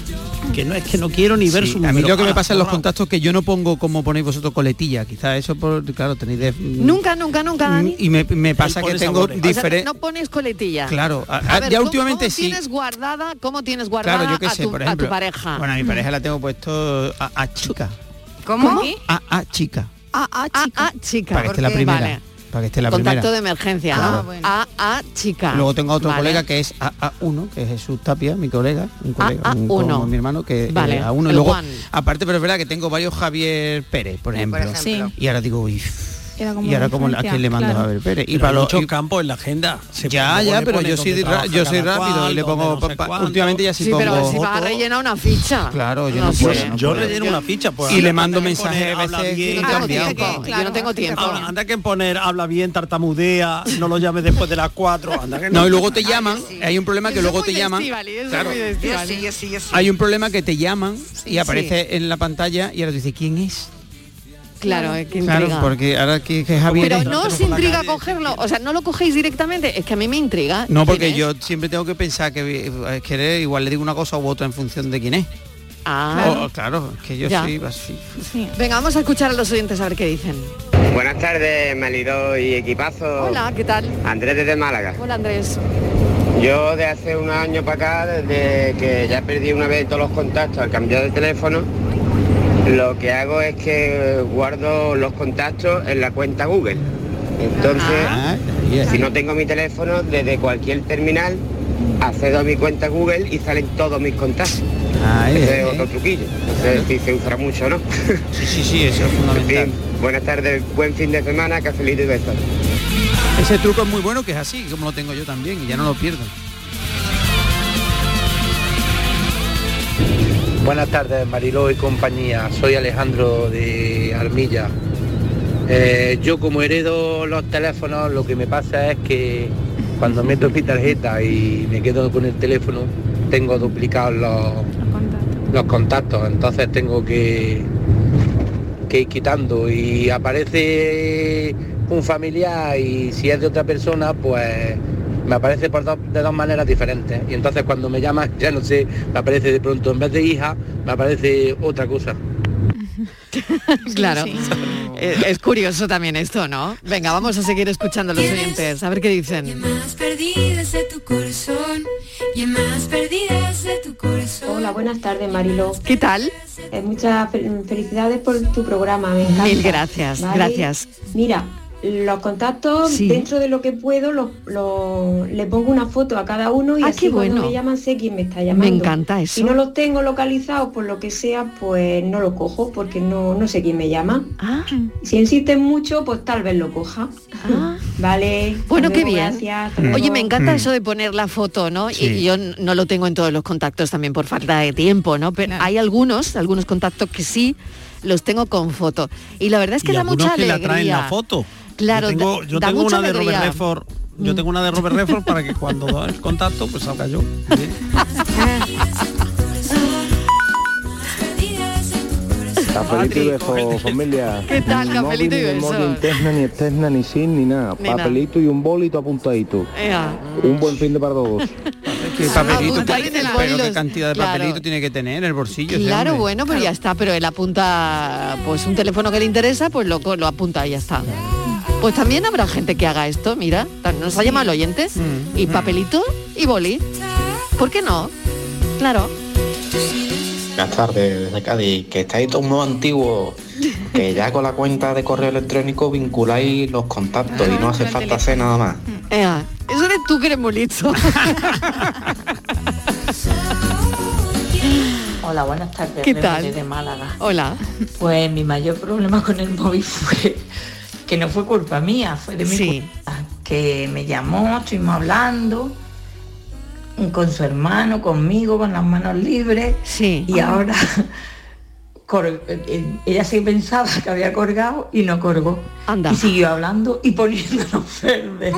S13: que no es que no quiero ni ver
S17: Sí,
S13: su
S17: a mí
S13: número.
S17: lo que me
S13: Ah,
S17: pasa en los
S13: borrado.
S17: contactos que yo no pongo como ponéis vosotros coletilla, quizás eso por claro tenéis de- mm,
S11: Nunca, nunca, nunca, Dani.
S17: y me, me pasa
S11: Él
S17: que
S11: pone
S17: tengo
S11: sabores. O sea,
S17: diferente
S11: no pones coletilla.
S17: claro a-
S11: A
S17: a-
S11: ver,
S17: ya
S11: ¿cómo-
S17: últimamente
S11: cómo
S17: sí
S11: Tienes guardada, ¿Cómo tienes guardada
S17: claro yo qué
S11: a,
S17: sé
S11: tu,
S17: por
S11: a tu
S17: ejemplo
S11: pareja?
S17: bueno a mi pareja la tengo puesto a, a chica
S11: ¿Cómo?
S17: a, a chica
S11: A, a, chica.
S17: para que esté la primera
S11: Vale.
S17: para que esté la
S11: Contacto
S17: primera
S11: de emergencia, ¿no?
S17: Claro.
S11: A, a chica.
S17: Luego tengo a otro
S11: Vale.
S17: colega que es AA1, que es Jesús Tapia, mi colega, un colega,
S11: AA1.
S17: un- como mi hermano, que es
S11: Vale,
S17: A1. Y
S11: el
S17: luego,
S11: Juan.
S17: aparte, pero es verdad que tengo varios Javier Pérez, por ejemplo.
S13: ejemplo.
S17: Y ahora digo, uy,
S13: Era
S11: Mm,
S13: como
S17: y ahora como a
S13: referencia,
S17: quién le mando
S13: claro.
S17: a Javier Pérez. Y
S13: Pero
S17: para
S13: hay
S17: los
S13: muchos
S17: y-
S13: campos en la agenda. se-
S17: ya,
S13: luego
S17: ya,
S13: le
S17: pero
S13: pone
S17: yo soy,
S13: dónde
S17: ra-
S13: trabaja
S17: yo soy
S13: cada
S17: rápido
S13: cual,
S17: y le
S13: dónde
S17: pongo
S13: no sé
S17: pa- pa-
S13: cuánto.
S17: últimamente ya sí,
S11: Sí, pero
S17: pongo
S11: si vas a
S17: foto.
S11: rellenar una ficha.
S17: Claro, yo no,
S11: sé.
S17: puedo. no
S13: Yo
S17: puedo.
S13: relleno una ficha, pues,
S17: y
S13: anda
S17: le
S13: que
S17: mando
S13: poner,
S17: mensajes a
S13: habla
S17: veces
S13: bien,
S17: que
S13: habla
S17: cambiado.
S13: bien,
S11: que- Yo no tengo tiempo.
S13: Habla- anda que poner, habla bien, tartamudea, no lo llames después de las 4. Anda que
S17: No, y luego te llaman, hay un problema que luego te llaman. Claro.
S14: Yo sí, yo sí, yo sí.
S17: Hay un problema que te llaman y
S14: sí.
S17: aparece en la pantalla y ahora tú dices, ¿quién es?
S11: Claro, es que
S17: Claro,
S11: intriga.
S17: porque ahora que, que Javier...
S11: Pero
S17: es-
S11: no os intriga cogerlo, o sea, no lo cogéis directamente, es que a mí me intriga.
S17: No,
S11: ¿Quién
S17: porque
S11: es?
S17: yo siempre tengo que pensar que eh, es que igual le digo una cosa u otra en función de quién es.
S11: Ah.
S17: O- o claro, es que yo
S11: Ya.
S17: soy así.
S11: Eh, Venga, vamos a escuchar a los oyentes a ver qué dicen.
S18: Buenas tardes, Melidó y equipazo.
S11: Hola, ¿qué tal?
S18: Andrés desde Málaga.
S11: Hola Andrés.
S18: Yo de hace un año para acá, desde que ya perdí una vez todos los contactos al cambiar de teléfono, lo que hago es que guardo los contactos en la cuenta Google. Entonces,
S17: Ah,
S18: si no tengo mi teléfono, desde cualquier terminal accedo a mi cuenta Google y salen todos mis contactos.
S17: Ah,
S18: Ese es otro truquillo. No sé si se usa mucho o no.
S17: eh, Sí, sí, sí, eso es fundamental.
S18: buenas tardes, buen fin de semana, cafelito y besos.
S17: Ese truco es muy bueno que es así, como lo tengo yo también, y ya no lo pierdo.
S19: Buenas tardes, Mariló y compañía. Soy Alejandro de Armilla. Eh, yo como heredo los teléfonos, lo que me pasa es que cuando meto mi tarjeta y me quedo con el teléfono, tengo duplicados los, los contactos. Entonces tengo que, que ir quitando y aparece un familiar y si es de otra persona, pues me aparece por dos- de dos maneras diferentes. Y entonces cuando me llaman, ya no sé, me aparece de pronto en vez de hija, me aparece otra cosa.
S11: claro. Eh, Es curioso también esto, ¿no? Venga, vamos a seguir escuchando a los oyentes, a ver qué dicen.
S20: más perdidas de tu corazón y en más perdidas de tu corazón. Hola, buenas tardes, Marilo.
S11: ¿Qué tal?
S20: eh, muchas fel- felicidades por tu programa, me encanta.
S11: Mil gracias,
S20: ¿vale?
S11: gracias.
S20: Mira, los contactos
S11: Sí.
S20: dentro de lo que puedo los los- le pongo una foto a cada uno y
S11: Ah,
S20: así
S11: qué
S20: cuando
S11: bueno.
S20: me llaman sé quién me está llamando.
S11: encanta eso.
S20: Si no los tengo localizados por lo que sea, pues no lo cojo porque no, no sé quién me llama.
S11: Ah.
S20: Si insisten mucho, pues tal vez lo coja. Vale. hasta
S11: Ah, Bueno, qué
S20: luego,
S11: bien.
S20: gracias, hasta luego.
S11: Oye, me encanta
S20: Mm.
S11: eso de poner la foto, ¿no? Y-
S20: Sí.
S11: Y yo n- no lo tengo en todos los contactos también por falta de tiempo, ¿no? Pero hay algunos, algunos contactos que sí los tengo con foto. Y la verdad es que
S13: y
S11: da
S13: algunos
S11: mucha
S13: que
S11: alegría.
S13: la traen la foto.
S11: Claro,
S13: yo tengo,
S11: da-
S13: yo
S11: da
S13: tengo
S11: mucha
S13: una de Robert
S11: alegría.
S13: Redford. Yo tengo una de Robert Redford para que cuando doy el contacto pues salga yo.
S6: Papelito y beso, familia.
S11: ¿Qué tal,
S6: Ni móvil,
S11: papelito y
S6: ni
S11: beso?
S6: memoria interna, ni externa, ni sin, ni nada.
S11: Ni nada.
S6: papelito y un bolito apuntadito.
S11: Ea.
S6: Un buen fin de para todos.
S17: ¿Qué
S14: Ah,
S17: papelito?
S11: apuntáis en el
S17: pero
S11: boli
S17: qué
S11: los-
S17: cantidad de
S11: claro.
S17: papelito tiene que tener en el bolsillo. ese
S11: Claro,
S17: hombre?
S11: bueno, pero ya está, pero él apunta pues un teléfono que le interesa, pues lo, co- lo apunta y ya está. Pues también habrá gente que haga esto, mira, tan- nos ha llamado el oyentes
S13: Mm,
S11: y papelito y boli. ¿Por qué no? Claro.
S2: Buenas tardes, desde Cádiz, que estáis todos muy antiguos, que ya con la cuenta de correo electrónico vinculáis los contactos y no hace falta hacer nada más.
S13: Mm.
S11: Ea, eso eres tú que eres muy listo.
S7: Hola, buenas tardes.
S11: ¿Qué
S7: Rebe
S11: tal?
S7: De Málaga.
S11: Hola.
S7: Pues mi mayor problema con el móvil fue que no fue culpa mía, fue de mi
S11: Sí.
S7: culpa. Que me llamó, estuvimos hablando con su hermano, conmigo, con las manos libres.
S11: Sí.
S7: Y ahora cor- eh, ella se pensaba que había colgado y no colgó.
S11: Anda.
S7: Y siguió hablando y poniéndonos verde.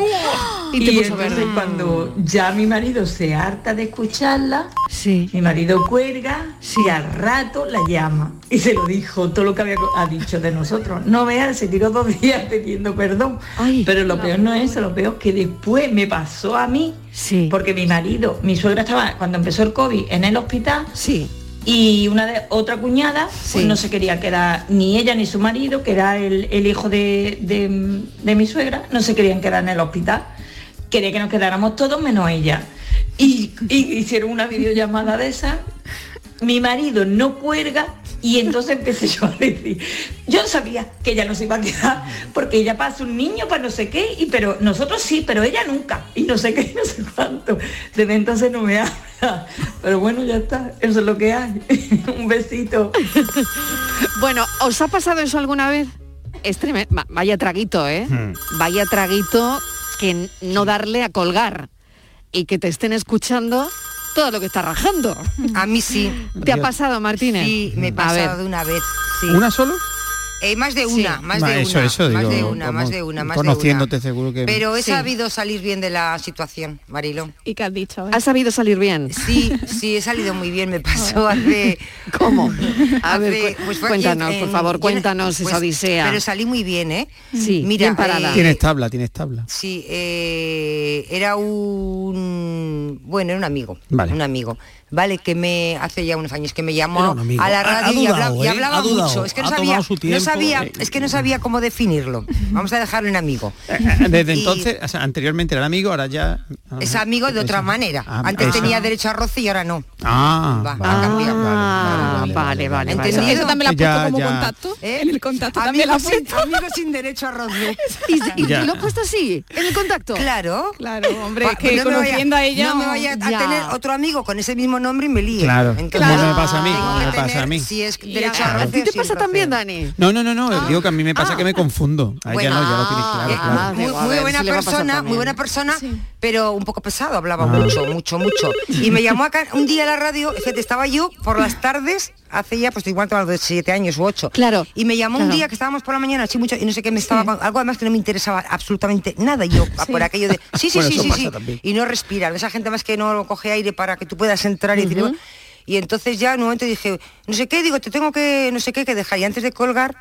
S7: Y te puso entonces verde. cuando ya mi marido se harta de escucharla, mi marido cuelga y al rato la llama. Y se lo dijo todo lo que había co- ha dicho de nosotros. No veas, se tiró dos días pidiendo perdón. Pero lo peor no es eso, lo peor es que después me pasó a mí. Porque mi marido, mi suegra estaba, cuando empezó el COVID, en el hospital.
S11: Sí.
S7: Y una de otra cuñada pues, no se quería quedar, ni ella ni su marido, que era el, el hijo de, de- de mi suegra, no se querían quedar en el hospital. Quería que nos quedáramos todos menos ella. Y, y hicieron una videollamada de esa. Mi marido no cuelga y entonces empecé yo a decir, yo sabía que ella no se iba a quedar porque ella pasa un niño para no sé qué, y pero nosotros sí, pero ella nunca, y no sé qué, y no sé cuánto. Desde entonces no me habla. Pero bueno, ya está, eso es lo que hay. un besito.
S11: Bueno, ¿os ha pasado eso alguna vez? Es tremen- va- Vaya traguito, ¿eh?
S2: Hmm.
S11: Vaya traguito que n-
S17: Hmm.
S11: no darle a colgar y que te estén escuchando todo lo que está rajando.
S14: A mí sí.
S11: ¿Te ha pasado, Martínez?
S14: Sí, me he
S11: A ver.
S14: pasado una vez. sí.
S17: ¿Una solo?
S14: Eh, más de una, más de una.
S17: eso, eso,
S14: más
S17: digo,
S14: de una, más
S17: vamos,
S14: de una, más de una.
S17: Conociéndote seguro que...
S14: Pero he
S17: Sí.
S14: sabido salir bien de la situación, Marilón.
S11: ¿Y qué has dicho? eh? ¿Has sabido salir bien?
S14: Sí, sí, he salido muy bien, me pasó hace...
S11: ¿Cómo? A ver,
S14: hace-
S11: cu-
S14: pues fue aquí
S11: cuéntanos,
S14: en-
S11: por favor,
S14: en-
S11: cuéntanos
S14: pues,
S11: esa odisea.
S14: Pero salí muy bien, ¿eh?
S11: Sí,
S14: Mira,
S11: bien parada.
S14: eh,
S17: Tienes tabla, tienes tabla.
S14: Sí, eh, era un bueno, era un amigo, un amigo, vale, que me hace ya unos años que me
S11: Era
S14: llamó
S11: un amigo.
S14: a la
S11: Ha-
S14: radio
S11: ha
S14: y
S11: dudado,
S14: hablaba, y
S11: ¿eh?
S14: hablaba
S11: Ha dudado.
S14: mucho, es que no
S11: Ha
S14: sabía,
S11: tomado su Eh.
S14: no
S17: tiempo.
S14: sabía, es que no sabía cómo definirlo. Vamos a dejarlo en amigo.
S17: Desde
S14: Y
S17: entonces, o sea, anteriormente era el amigo, ahora ya...
S14: es amigo de otra manera.
S17: Ah,
S14: Antes
S17: ah.
S14: tenía derecho a roce y ahora no.
S17: Ah,
S14: Va,
S17: vale.
S14: ha cambiado.
S11: Ah, vale, vale. vale.
S14: ¿Entendido?
S11: Eso también
S17: lo has puesto Ya, como ya. contacto.
S14: En el contacto también
S11: lo has
S14: Amigo ¿Eh? sin derecho a roce.
S11: ¿Y, y
S17: Ya.
S11: lo has puesto así? ¿En el contacto?
S14: Claro.
S11: Claro,
S14: Pa- no me vaya- no me vaya a tener otro amigo con ese mismo nombre y me líe.
S17: Claro,
S14: Entonces,
S17: como me pasa a mí, como me pasa a mí.
S14: Si es
S11: ¿A,
S14: derecho a
S11: a ti
S14: roce,
S11: te
S14: sí,
S11: pasa también, Dani?
S17: No, no, no, no,
S14: Ah.
S17: digo que a mí me pasa que me confundo. Ah, ya no, ya lo tienes claro, claro.
S14: muy, muy buena persona, muy buena persona, pero un poco pesado, hablaba mucho, mucho, mucho. Y me llamó acá un día a la radio, fíjate, estaba yo por las tardes, hace ya pues igual de siete años u ocho. Claro. Y me llamó un
S11: claro.
S14: día que estábamos por la mañana así mucho y no sé qué me estaba algo además que no me interesaba absolutamente nada. Y yo a por aquello de sí, sí,
S3: Bueno,
S14: sí,
S3: eso
S14: sí,
S3: pasa
S14: sí.
S3: también.
S14: Y no respiran. Esa gente más que no coge aire para que tú puedas entrar y decir,
S3: Ujú.
S14: "Bueno". Y entonces ya en un momento dije, no sé qué, digo, te tengo que, no sé qué, que dejar. Y antes de colgar,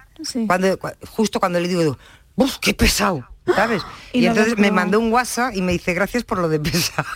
S14: cuando, cua- justo cuando le digo, ¡Uf, qué pesado! ¿Sabes?
S11: Y
S14: Y,
S11: no
S14: entonces me
S11: respondió.
S14: mandó un WhatsApp y me dice, gracias por lo de pesado.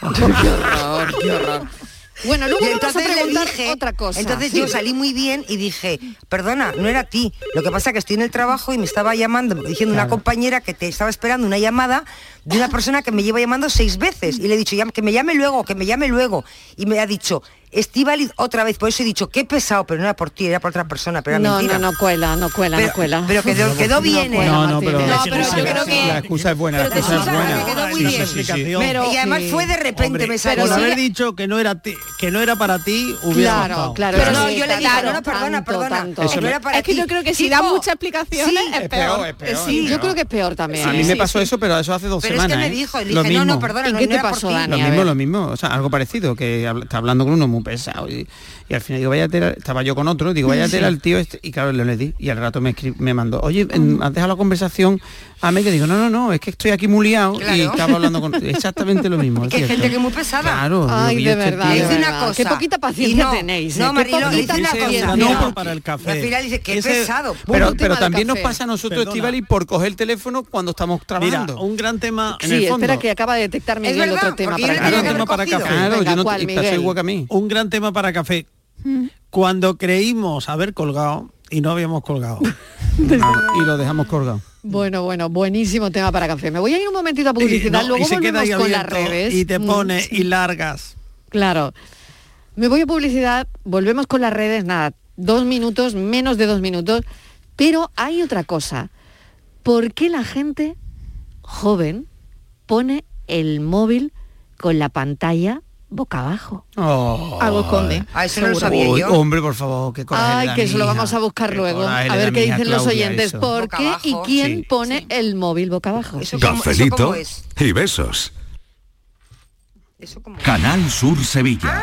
S11: Bueno, luego
S14: Y
S11: le vas a
S14: entonces le
S11: preguntar
S14: dije-
S11: otra cosa.
S14: Entonces
S11: Sí.
S14: yo salí muy bien y dije, perdona, no era a ti. Lo que pasa que estoy en el trabajo y me estaba llamando, diciendo una compañera que te estaba esperando una llamada de una persona que me lleva llamando seis veces. Y le he dicho, "Ya- que me llame luego, que me llame luego. Y me ha dicho, Estivaliz otra vez, por eso he dicho, qué pesado, pero no era por ti, era por otra persona, pero era
S11: No,
S14: mentira.
S11: no, no cuela, no cuela,
S14: pero,
S11: no cuela.
S14: Pero quedó, quedó bien, ¿eh?
S17: No, no, pero,
S14: No, pero yo creo que-
S17: la excusa es buena, la
S14: pero te
S17: excusa es
S14: escuchaba,
S17: buena.
S14: que quedó muy
S17: Sí, sí,
S14: bien.
S17: sí, sí.
S14: y además fue de repente,
S13: Hombre,
S14: me salió.
S13: Por haber
S14: Sí.
S13: dicho que no era ti- que no era para ti, hubiera
S14: Claro,
S13: bastado.
S14: claro, Pero sí, no, yo le digo, claro, no, no, perdona, tanto, perdona, tanto.
S13: Eso
S14: no
S13: me-
S14: era para
S12: es que
S14: ti.
S12: yo creo que si
S14: Tipo,
S12: da muchas explicaciones
S14: sí.
S12: es peor.
S17: es peor,
S11: Sí,
S17: es
S11: yo
S17: peor.
S11: creo que es peor también.
S17: a mí
S11: Sí,
S17: me pasó
S11: sí.
S17: eso, pero eso hace dos
S11: Pero es que
S17: semanas.
S11: me dijo,
S17: ¿eh?
S11: él
S17: Lo
S11: dice, no,
S17: mismo.
S11: no, perdona, ¿Y no, qué no te era por pasó, ti. Dani?
S17: Lo
S11: A
S17: mismo,
S11: ver.
S17: lo mismo, o sea, algo parecido, que habla- está hablando con uno muy pesado. Y, y al final digo, vaya tela, estaba yo con otro, digo, vaya
S3: Sí.
S17: tela el tío este, y claro, le, le di, y al rato me, escri- me mandó, oye, en- has dejado la conversación a mí, que digo, no, no, no, es que estoy aquí muy liado, y
S14: Claro.
S17: estaba hablando con... Exactamente lo mismo. es
S14: Que hay
S17: cierto.
S14: gente que es muy pesada.
S17: Claro,
S11: Ay,
S17: digo, y
S11: de
S17: este
S11: verdad,
S17: tío-
S11: de verdad. Qué poquita paciencia
S14: Y no,
S11: tenéis. ¿eh?
S14: no,
S11: Qué
S14: Marilo,
S11: poquita
S14: dice una
S11: paciencia.
S14: cosa.
S17: No, porque para el café.
S14: Al final dice, qué
S17: Ese-
S14: pesado.
S17: Pero,
S14: Punto.
S17: pero
S13: del
S17: también nos
S13: café.
S17: pasa a nosotros,
S13: Perdona.
S17: Estivali, por coger el teléfono cuando estamos trabajando.
S13: un gran tema
S17: en el
S11: Sí,
S17: fondo.
S11: espera que acaba de detectar Miguel otro tema para
S17: Claro,
S11: café.
S17: un tema para café. Claro,
S11: Venga,
S17: yo no
S11: ¿cuál,
S17: y pasa
S11: Miguel?
S17: igual que a mí.
S13: Un gran tema para café. Cuando creímos haber colgado y no habíamos colgado. Ah.
S17: y lo dejamos colgado.
S11: Bueno, bueno, buenísimo tema para café. Me voy a ir un momentito a publicidad,
S13: No,
S11: luego volvemos
S13: ahí
S11: con las
S13: abierto
S11: redes.
S13: Y te
S11: Mm,
S13: pone y largas.
S11: Claro. Me voy a publicidad, volvemos con las redes, nada, dos minutos, menos de dos minutos. Pero hay otra cosa. ¿Por qué la gente joven pone el móvil con la pantalla boca abajo?
S17: Algo esconde.
S11: Ah, eso no lo sabía yo.
S17: Oh. Hombre, por favor, qué coraje le
S11: Ay,
S17: da
S11: que
S17: a
S11: eso
S17: mi
S11: lo
S17: hija.
S11: vamos a buscar luego.
S17: coraje
S11: A
S17: le da
S11: ver
S17: a
S11: qué
S17: mi hija
S11: dicen los
S17: Claudia
S11: oyentes.
S17: eso.
S11: ¿Por
S17: Boca
S11: qué y
S17: abajo.
S11: quién
S17: Sí.
S11: pone el móvil boca abajo?
S8: Cafelito y besos. Canal Sur Sevilla.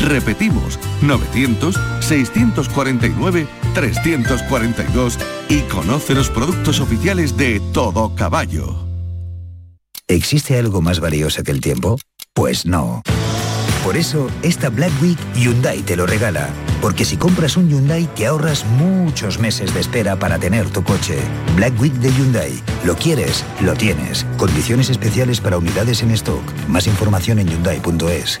S8: Repetimos, 900-649-342 y conoce los productos oficiales de Todo Caballo.
S21: ¿Existe algo más valioso que el tiempo? Pues no. Por eso, esta Black Week Hyundai te lo regala. Porque si compras un Hyundai te ahorras muchos meses de espera para tener tu coche. Black Week de Hyundai. Lo quieres, lo tienes. Condiciones especiales para unidades en stock. Más información en hyundai.es.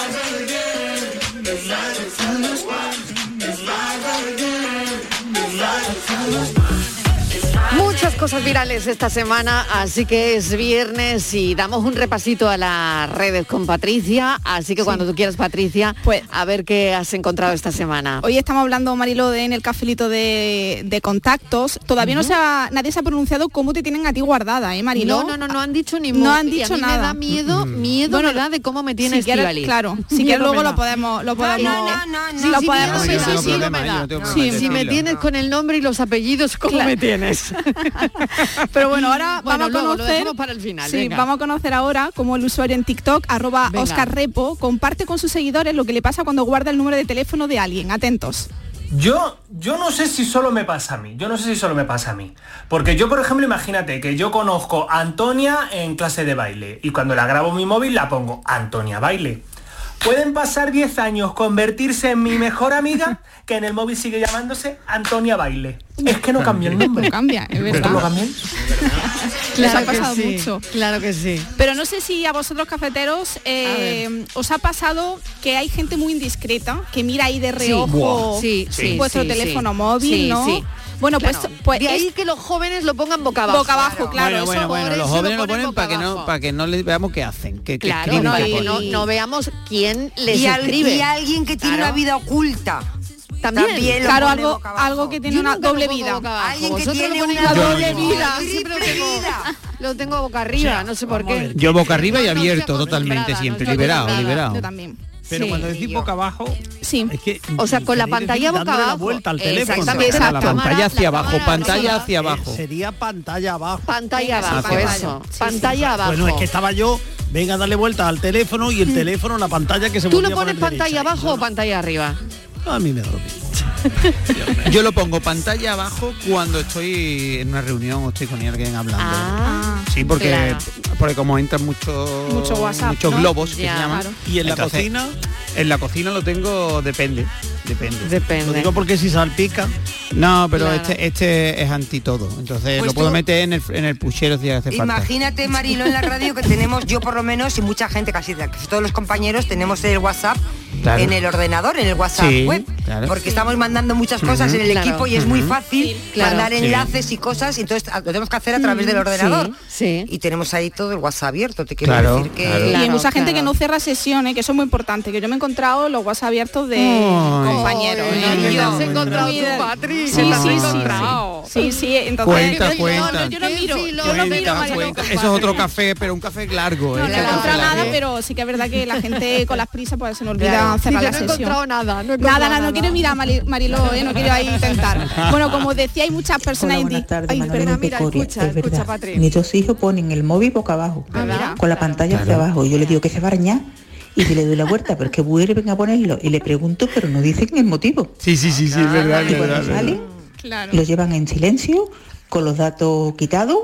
S11: Muchas cosas virales esta semana, así que es viernes y damos un repasito a las redes con Patricia, así que cuando tú quieras Patricia, pues a ver qué has encontrado esta semana.
S12: Hoy estamos hablando, Marilo, de, en el cafelito de, de contactos. Todavía no se ha- nadie se ha pronunciado cómo te tienen a ti guardada, ¿eh, Marilo?
S11: No, no, no, no han dicho ni
S12: No
S11: mu-
S12: han
S11: y a
S12: dicho
S11: mí
S12: nada.
S11: Me da miedo,
S17: Mm.
S11: miedo
S12: Bueno,
S11: me da de cómo me
S12: si
S11: tiene
S12: quieres,
S11: Estíbaliz.
S12: claro, si quieres
S11: Miedo
S12: luego
S11: me
S12: lo
S11: da.
S12: podemos- lo podemos-
S11: Sí,
S12: lo
S11: sí,
S12: podemos-
S11: miedo
S12: No, yo no tengo
S11: me da, sí,
S17: ¿eh?
S11: sí,
S12: problema,
S11: me
S12: yo no
S11: da.
S12: tengo
S11: Sí,
S12: problema,
S11: Si me
S12: tranquilo.
S11: tienes con el nombre y los apellidos, ¿cómo
S12: Claro.
S11: me tienes?
S12: Pero bueno, ahora
S11: Bueno,
S12: vamos a
S11: luego, lo
S12: conocer.
S11: dejamos para el final,
S12: Sí,
S11: venga.
S12: vamos a conocer ahora cómo el usuario en TikTok, arroba
S11: Venga.
S12: Oscar Repo, comparte con sus seguidores lo que le pasa cuando guarda el número de teléfono de alguien. Atentos.
S3: Yo, yo no sé si solo me pasa a mí, yo no sé si solo me pasa a mí. Porque yo, por ejemplo, imagínate que yo conozco a Antonia en clase de baile y cuando la grabo en mi móvil la pongo Antonia baile. Pueden pasar 10 años, convertirse en mi mejor amiga, que en el móvil sigue llamándose Antonia Baile. Es que no cambia el nombre.
S12: No cambia, es
S3: ¿Esto
S12: verdad.
S3: lo cambian?
S12: Les ha
S11: que
S12: pasado
S11: sí,
S12: mucho.
S11: Claro que sí.
S12: Pero no sé si a vosotros cafeteros eh, os ha pasado que hay gente muy indiscreta que mira ahí de
S11: Sí.
S12: reojo
S11: Buah. Sí, sí,
S12: vuestro
S11: sí,
S12: teléfono
S11: sí.
S12: móvil,
S11: Sí,
S12: ¿no?
S11: sí.
S12: Bueno,
S11: Claro.
S12: pues, pues
S11: De ahí
S12: es-
S11: que los jóvenes lo pongan boca abajo.
S12: Boca abajo,
S17: bueno, bueno, bueno, los jóvenes lo ponen para que no para que no les veamos qué hacen, que, que
S11: Claro,
S17: escriben,
S11: no,
S17: qué
S11: y
S17: ponen.
S11: no, no veamos quién les
S14: Y al-
S11: escribe.
S14: y alguien que tiene una vida oculta.
S11: También.
S14: También lo
S12: claro,
S14: pone
S12: algo,
S14: boca
S12: algo que tiene
S11: Yo
S12: una
S11: nunca lo
S12: doble
S11: pongo
S12: vida.
S11: boca abajo.
S14: Alguien que
S11: Vosotros lo
S14: tiene
S11: ponéis
S14: una
S11: boca
S14: doble
S11: abajo.
S14: vida.
S11: Yo siempre lo tengo- Lo tengo boca arriba, no sé por qué.
S17: Yo boca arriba y abierto totalmente siempre, liberado, liberado.
S12: también.
S13: Pero
S11: Sí,
S13: cuando decís boca abajo,
S12: sí.
S13: es que
S11: O sea, con la pantalla boca
S13: dándole la
S11: abajo.
S13: vuelta al
S11: Exactamente.
S13: teléfono.
S11: Exactamente.
S17: La pantalla hacia abajo, pantalla
S13: cámara.
S17: hacia abajo.
S13: Eh, Sería pantalla abajo.
S11: Pantalla
S13: Venga,
S11: abajo,
S13: hacia
S11: eso.
S13: abajo.
S11: pantalla abajo. Mm.
S13: Bueno, es que estaba yo, venga a darle vuelta al teléfono y el teléfono, la pantalla que se
S11: ¿Tú
S13: volvía
S11: lo
S13: a
S11: pones
S13: poner
S11: pantalla
S13: derecha.
S11: abajo o pantalla arriba?
S13: No, a mí me da lo
S17: Yo lo pongo pantalla abajo cuando estoy en una reunión o estoy con alguien hablando. sí, porque
S13: claro.
S17: porque como entran muchos
S13: Mucho WhatsApp,
S17: muchos
S13: ¿no?
S17: globos que
S13: Ya,
S17: se llaman.
S13: claro. ¿Y en la cocina?
S17: En la cocina lo tengo depende, depende.
S11: Depende.
S13: Lo digo porque si salpica.
S17: No, pero
S13: Claro.
S17: este este es anti todo, entonces
S14: Pues
S17: lo puedo
S14: tú-
S17: meter en el en el puchero si hace falta.
S14: Imagínate, Marilo, en la radio que tenemos, yo por lo menos, y mucha gente, casi casi todos los compañeros, tenemos el WhatsApp
S17: Claro.
S14: en el ordenador, en el WhatsApp
S17: Sí,
S14: web.
S17: claro.
S14: Porque estamos mandando muchas cosas
S17: Ujú.
S14: en el
S17: Claro.
S14: equipo y es muy
S17: Ujú.
S14: fácil
S17: claro.
S14: mandar
S17: Sí.
S14: enlaces y cosas, y entonces a- lo tenemos que hacer a través
S12: Mm,
S14: del
S12: sí,
S14: ordenador. Y tenemos ahí todo el WhatsApp abierto, te quiero
S17: Claro,
S14: decir que...
S17: claro.
S12: y hay mucha gente que no cierra sesiones, que eso es muy importante, que yo me he encontrado los WhatsApp abiertos de
S17: Ay.
S12: compañeros.
S17: Ay,
S12: ¿eh?
S17: no,
S12: Y
S17: no,
S12: yo-
S17: no,
S11: encontrado
S12: no.
S11: tú, Patri,
S12: Sí,
S11: que te has
S12: sí, sí,
S11: encontrado.
S12: Sí, sí, entonces...
S17: Cuenta,
S12: yo, no-
S17: cuenta.
S12: yo no miro, yo no
S17: Cuenta,
S12: miro, Mariló.
S17: cuenta. pues, Eso es otro café, pero un café largo.
S12: No, no
S17: ¿eh?
S12: he
S17: Que-
S12: encontrado nada, pero sí que es verdad que la gente con las prisas pues se nos olvida
S11: Claro. Sí,
S12: cerrar
S11: yo
S12: la
S11: no he
S12: sesión.
S11: encontrado nada, no he
S12: nada,
S11: encontrado
S12: nada,
S11: nada.
S12: no quiero mirar a Mari- Mariló, eh, no quiero ahí intentar. Bueno, como decía, hay muchas personas indi- Ay, perdona, mira, escucha,
S22: es
S12: escucha,
S22: verdad.
S12: Patri.
S22: Mis dos hijos ponen el móvil boca abajo, con la pantalla hacia abajo. Yo le digo que se va a arañar y que le doy la vuelta, pero es que vuelven a ponerlo. Y le pregunto, pero no dicen el motivo.
S17: Sí, sí, sí, sí, es
S22: Ah,
S17: verdad, es verdad, es verdad.
S22: Lo llevan en silencio, con los datos quitados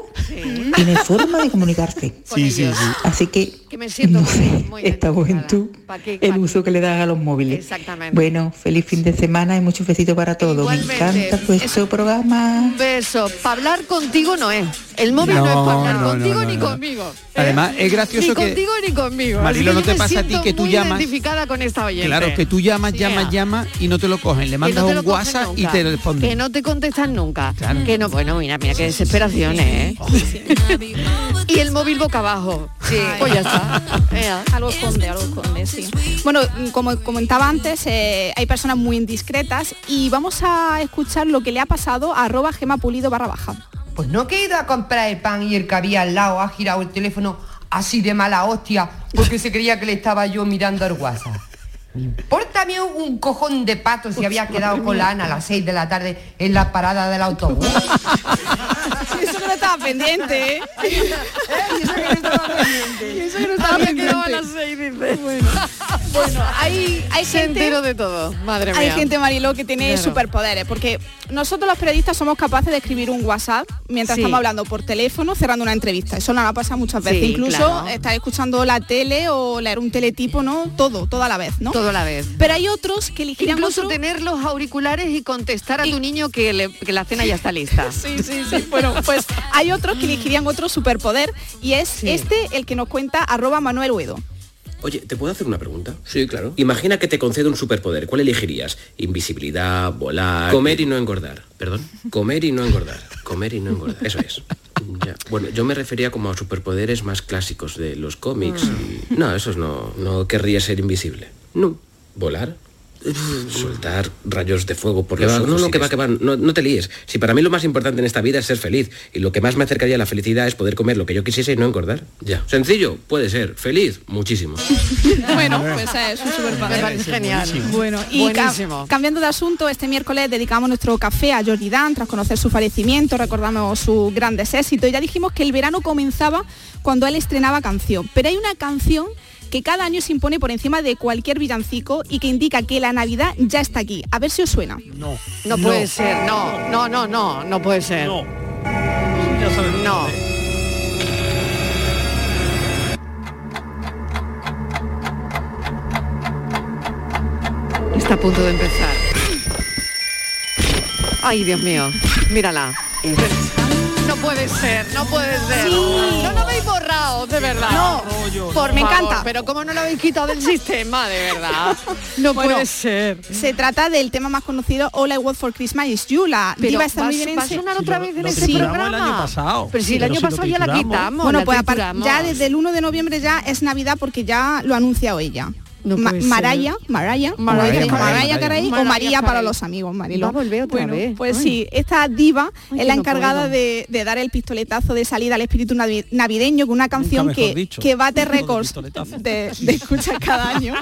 S22: y no hay forma de comunicarse.
S17: Sí, sí, sí.
S22: Así que,
S11: Que me siento
S22: no
S11: muy-
S22: sé,
S11: muy
S22: esta juventud,
S11: ¿Pa' qué-
S22: el uso que le dan a los móviles.
S11: Exactamente.
S22: Bueno, feliz fin de semana y muchos besitos para todos.
S11: Igualmente.
S22: Me encanta vuestro programa.
S11: Beso. Para hablar contigo no es. El móvil no, es para hablar
S17: No, no,
S11: contigo
S17: no,
S11: ni
S17: no, no.
S11: conmigo.
S17: Además, es gracioso
S11: ni
S17: que-
S11: contigo ni conmigo.
S17: Marilo,
S11: Así que
S17: ¿no
S11: yo
S17: te
S11: me
S17: pasa a ti
S11: siento
S17: que tú
S11: muy
S17: llamas?
S11: identificada con esta oyente.
S17: Claro, que tú llamas,
S11: Sí,
S17: llamas, llamas y no te lo cogen. Le
S11: que
S17: mandas
S11: no te lo
S17: un
S11: cogen
S17: WhatsApp y
S11: nunca,
S17: te responden.
S11: Que no te contestan nunca. Que no, bueno, mira, mira qué desesperación, ¿eh? y el móvil boca abajo. Sí. Pues ya está. Ea.
S12: Algo esconde, algo esconde, sí. Bueno, mm, como comentaba antes, eh, hay personas muy indiscretas y vamos a escuchar lo que le ha pasado a arroba gema pulido barra baja.
S23: Pues no que he ido a comprar el pan y el que había al lado ha girado el teléfono así de mala hostia porque se creía que le estaba yo mirando al WhatsApp. Me importa a mí un cojón de pato si había quedado con la Ana a las 6 de la tarde en la parada del autobús.
S12: Eso que no estaba pendiente, ¿eh? Eso que no estaba
S11: Había
S12: pendiente.
S11: quedado a las seis, dice.
S12: Bueno, bueno, hay, hay
S11: Se
S12: gente...
S11: entero de todo. Madre mía.
S12: Hay gente, Mariló, que tiene
S11: Claro.
S12: superpoderes, porque nosotros los periodistas somos capaces de escribir un WhatsApp mientras
S11: Sí.
S12: estamos hablando por teléfono, cerrando una entrevista. Eso nos ha pasado muchas veces.
S11: Sí,
S12: Incluso
S11: claro.
S12: estar escuchando la tele o leer un teletipo, ¿no? Todo, todo a la vez, ¿no? Todo
S11: a la vez.
S12: Pero hay otros que elegirán
S11: Incluso
S12: otro-
S11: tener los auriculares y contestar a tu niño que, le- que la cena ya está lista.
S12: Sí, sí, sí. Bueno, pues hay otros que elegirían otro superpoder y es este el que nos cuenta arroba Manuel Uedo.
S24: Oye, ¿te puedo hacer una pregunta? Sí, claro. Imagina que te concedo un superpoder. ¿Cuál elegirías? Invisibilidad, volar. Comer y no engordar. ¿Perdón? Comer y no engordar. Comer y no engordar. Eso es. Ya. Bueno, yo me refería como a superpoderes más clásicos Mm. de los cómics. y- No, esos no. No querría ser invisible. No. ¿Volar? soltar rayos de fuego por
S18: Que
S24: los
S18: va,
S24: ojos
S18: no, no,
S24: y
S18: que va,
S24: des- no, no te líes. Si para mí lo más importante en esta vida es ser feliz y lo que más me acercaría a la felicidad es poder comer lo que yo quisiese y no engordar. Ya. Sencillo, puede ser. Feliz, muchísimo.
S12: Bueno, pues eh, es un superpoder.
S11: Me parece genial. Buenísimo.
S12: Bueno, y ca-
S11: Buenísimo.
S12: cambiando de asunto, este miércoles dedicamos nuestro café a Jordi Dan tras conocer su fallecimiento, recordamos sus grandes éxitos. Ya dijimos que el verano comenzaba cuando él estrenaba canción, pero hay una canción que cada año se impone por encima de cualquier villancico y que indica que la Navidad ya está aquí. A ver si os suena.
S13: No.
S11: No puede ser, no, no, no, no, no puede ser. No. No. Está a punto de empezar. Ay, Dios mío, mírala. No puede ser, no puede ser. No lo habéis borrado, de verdad. No, por
S12: Me
S11: favor,
S12: encanta.
S11: Pero cómo no lo habéis quitado del sistema, de verdad. No
S12: Bueno,
S11: puede ser.
S12: Se trata del tema más conocido All I Want for Christmas is You, la
S11: Pero
S12: diva
S11: va a-
S12: estadounidense.
S11: va a sonar otra Sí, lo- vez en lo
S12: ese
S11: ese trituramos el programa. año pasado. Pero si el Pero año si lo pasado ya la trituramos. quitamos,
S12: Bueno,
S11: la
S12: pues apar-
S11: trituramos.
S12: ya desde el 1 de noviembre ya es Navidad porque ya lo ha anunciado ella. Ma-
S11: puede ser.
S12: Maraya, Maraya, como
S11: Maraya
S12: dice,
S11: Carey.
S12: Maraya Carey o
S11: Maraya
S12: María para
S11: Carey.
S12: los amigos, Marilo.
S11: Va a volver otra
S12: Bueno,
S11: vez.
S12: Pues
S11: Ay.
S12: sí, esta diva
S11: Ay,
S12: es
S11: que
S12: la
S11: no
S12: encargada
S11: puedo.
S12: de, de dar el pistoletazo de salida al espíritu navi- navideño con una canción
S13: mejor
S12: que,
S13: dicho.
S12: que bate récords de, de escuchas cada año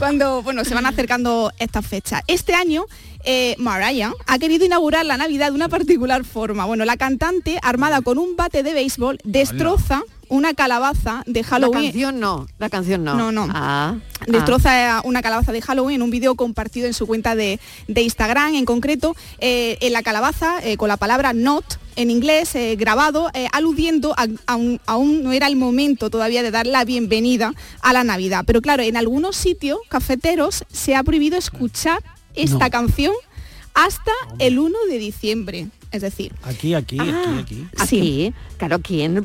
S12: cuando bueno se van acercando estas fechas. Este año eh, Mariah ha querido inaugurar la Navidad de una particular forma. Bueno, la cantante armada con un bate de béisbol destroza una calabaza de Halloween.
S11: La canción no, la canción no.
S12: No, no.
S11: Ah,
S12: Destroza eh, una calabaza de Halloween en un vídeo compartido en su cuenta de, de Instagram. En concreto, eh, en la calabaza, eh, con la palabra not en inglés, eh, grabado, eh, aludiendo a, a un- aún no era el momento todavía de dar la bienvenida a la Navidad. Pero claro, en algunos sitios cafeteros se ha prohibido escuchar esta
S13: No.
S12: canción hasta el 1 de diciembre. Es decir,
S13: Aquí, aquí,
S12: Ah.
S13: aquí, aquí.
S12: Sí.
S11: claro, ¿quién?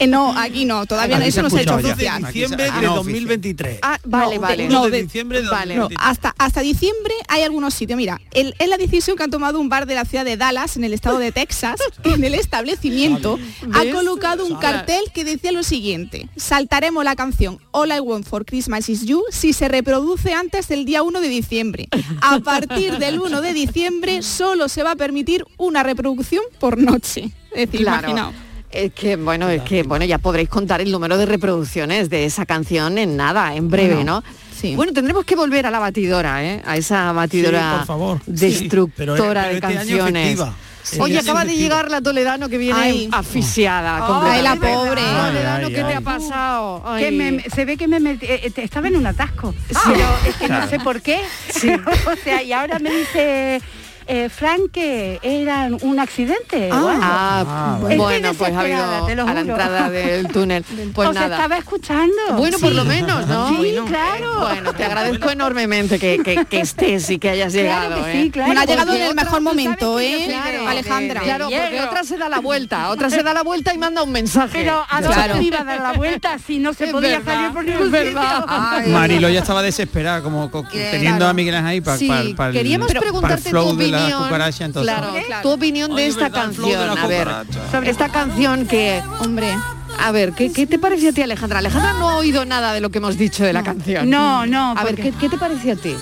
S12: eh, no, aquí no, todavía no,
S13: Aquí
S12: eso no se ha hecho
S13: escuchado ya.
S12: oficial.
S13: De diciembre
S12: Ah,
S13: de
S12: no,
S13: 2023.
S11: Ah, vale,
S12: No,
S11: vale.
S12: de- no, de-
S13: diciembre de
S12: vale.
S13: 2023.
S12: No, hasta, hasta diciembre hay algunos sitios. Mira, el- es la decisión que han tomado un bar de la ciudad de Dallas, en el estado de Texas, que en el establecimiento ha
S11: ¿Ves?
S12: colocado un
S11: Sabe.
S12: cartel que decía lo siguiente. Saltaremos la canción All I Want for Christmas is You si se reproduce antes del día 1 de diciembre. A partir del 1 de diciembre solo se va a permitir una reproducción por noche. Es decir,
S11: Claro.
S12: imaginaos.
S11: Es que bueno, es que bueno, ya podréis contar el número de reproducciones de esa canción en nada, en breve,
S12: Bueno,
S11: ¿no? Bueno, tendremos que volver a la batidora, ¿eh? A esa batidora
S13: Sí, por favor.
S11: destructora
S13: Sí, pero- pero
S11: de
S13: este año
S11: canciones.
S13: efectiva. Este
S11: Oye,
S13: año
S11: acaba de
S13: efectiva.
S11: llegar la Toledano que viene
S13: Ay.
S11: asfixiada.
S15: Ay,
S11: completamente.
S15: la pobre.
S11: Toledano,
S15: Ay,
S11: ¿qué
S15: ay,
S11: te
S15: ay.
S11: ha pasado? Ay.
S15: Que me- se ve que me metí- eh, eh, estaba en un atasco. Ah, Pero es que
S11: Claro.
S15: no sé por qué. o sea, y ahora me dice eh, Frank que era un accidente. o algo.
S11: Ah,
S15: Estoy
S11: bueno, pues ha
S15: desesperada,
S11: habido
S15: te lo
S11: a la
S15: juro.
S11: entrada del túnel. Pues
S15: o sea,
S11: nada.
S15: estaba escuchando.
S11: Bueno, por
S15: Sí.
S11: lo menos, ¿no?
S15: Sí,
S11: Bueno,
S15: claro.
S11: Bueno, te agradezco enormemente que, que- que estés y que hayas
S15: Claro
S11: llegado.
S15: que sí,
S11: ¿eh?
S15: claro.
S12: Bueno, ha llegado
S11: Porque
S12: en el
S11: otra-
S12: mejor
S11: tú sabes
S12: momento,
S11: que yo
S12: ¿eh,
S11: soy de- de-
S12: Alejandra?
S11: de- Claro,
S15: de
S11: porque
S15: hierro.
S11: otra se da la vuelta, otra se da la vuelta y manda un mensaje.
S15: Pero a dónde
S11: Claro.
S15: iba a dar la vuelta si no se
S11: Es
S15: podía
S11: verdad,
S15: salir por
S11: es
S15: ningún
S11: verdad.
S15: sitio.
S17: Marilo ya estaba desesperada, como co- teniendo
S11: claro.
S17: a Miguel Ángel ahí para
S11: Sí, queríamos preguntarte tu
S17: flow
S11: opinión.
S17: de la cucaracha, entonces.
S11: Claro, tu opinión de
S17: Oye,
S11: esta
S17: ¿verdad? El flow de la
S11: canción, a ver,
S17: cucaracha.
S11: sobre esta canción que,
S12: hombre,
S11: a ver, ¿qué, qué te pareció a ti, Alejandra? Alejandra no ha oído nada de lo que hemos dicho de la canción.
S15: No, no,
S11: A ver,
S15: porque-
S11: ¿qué, qué te pareció a ti?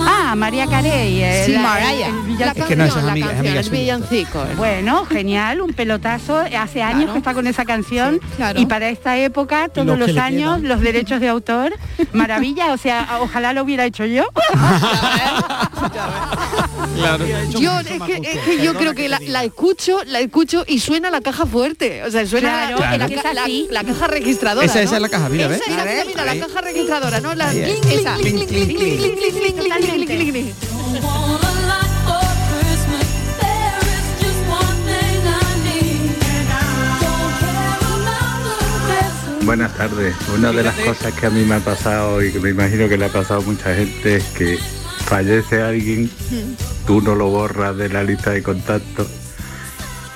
S15: Ah, María Carey. eh,
S11: Sí,
S15: la-
S11: Mariah.
S15: el villancico.
S17: Es que no, esa es amiga- es amiga suya.
S11: villancico.
S15: Bueno, genial, un pelotazo. Hace años que está con esa canción y para esta época, todos
S11: los
S15: los,
S11: que le
S15: años,
S11: quedan.
S15: los derechos de autor, maravilla. O sea, ojalá lo hubiera hecho yo.
S11: Yo, es que, es que yo creo que la, la escucho, la escucho y suena la caja fuerte. O sea, suena
S15: Claro,
S11: la-
S17: Claro.
S11: la,
S17: es
S11: ca- la- la caja registradora.
S17: Esa-
S11: ¿no?
S17: esa es la caja, mira, ¿ves?
S11: Esa, mira, mira, mira, la caja registradora, ¿no? La
S17: Ahí es.
S11: clink, clink, clink, clink, clink, clink, clink, clink, clink, clink, clink, clink.
S25: Buenas tardes. Una de las cosas que a mí me ha pasado y que me imagino que le ha pasado a mucha gente es que fallece alguien, tú no lo borras de la lista de contacto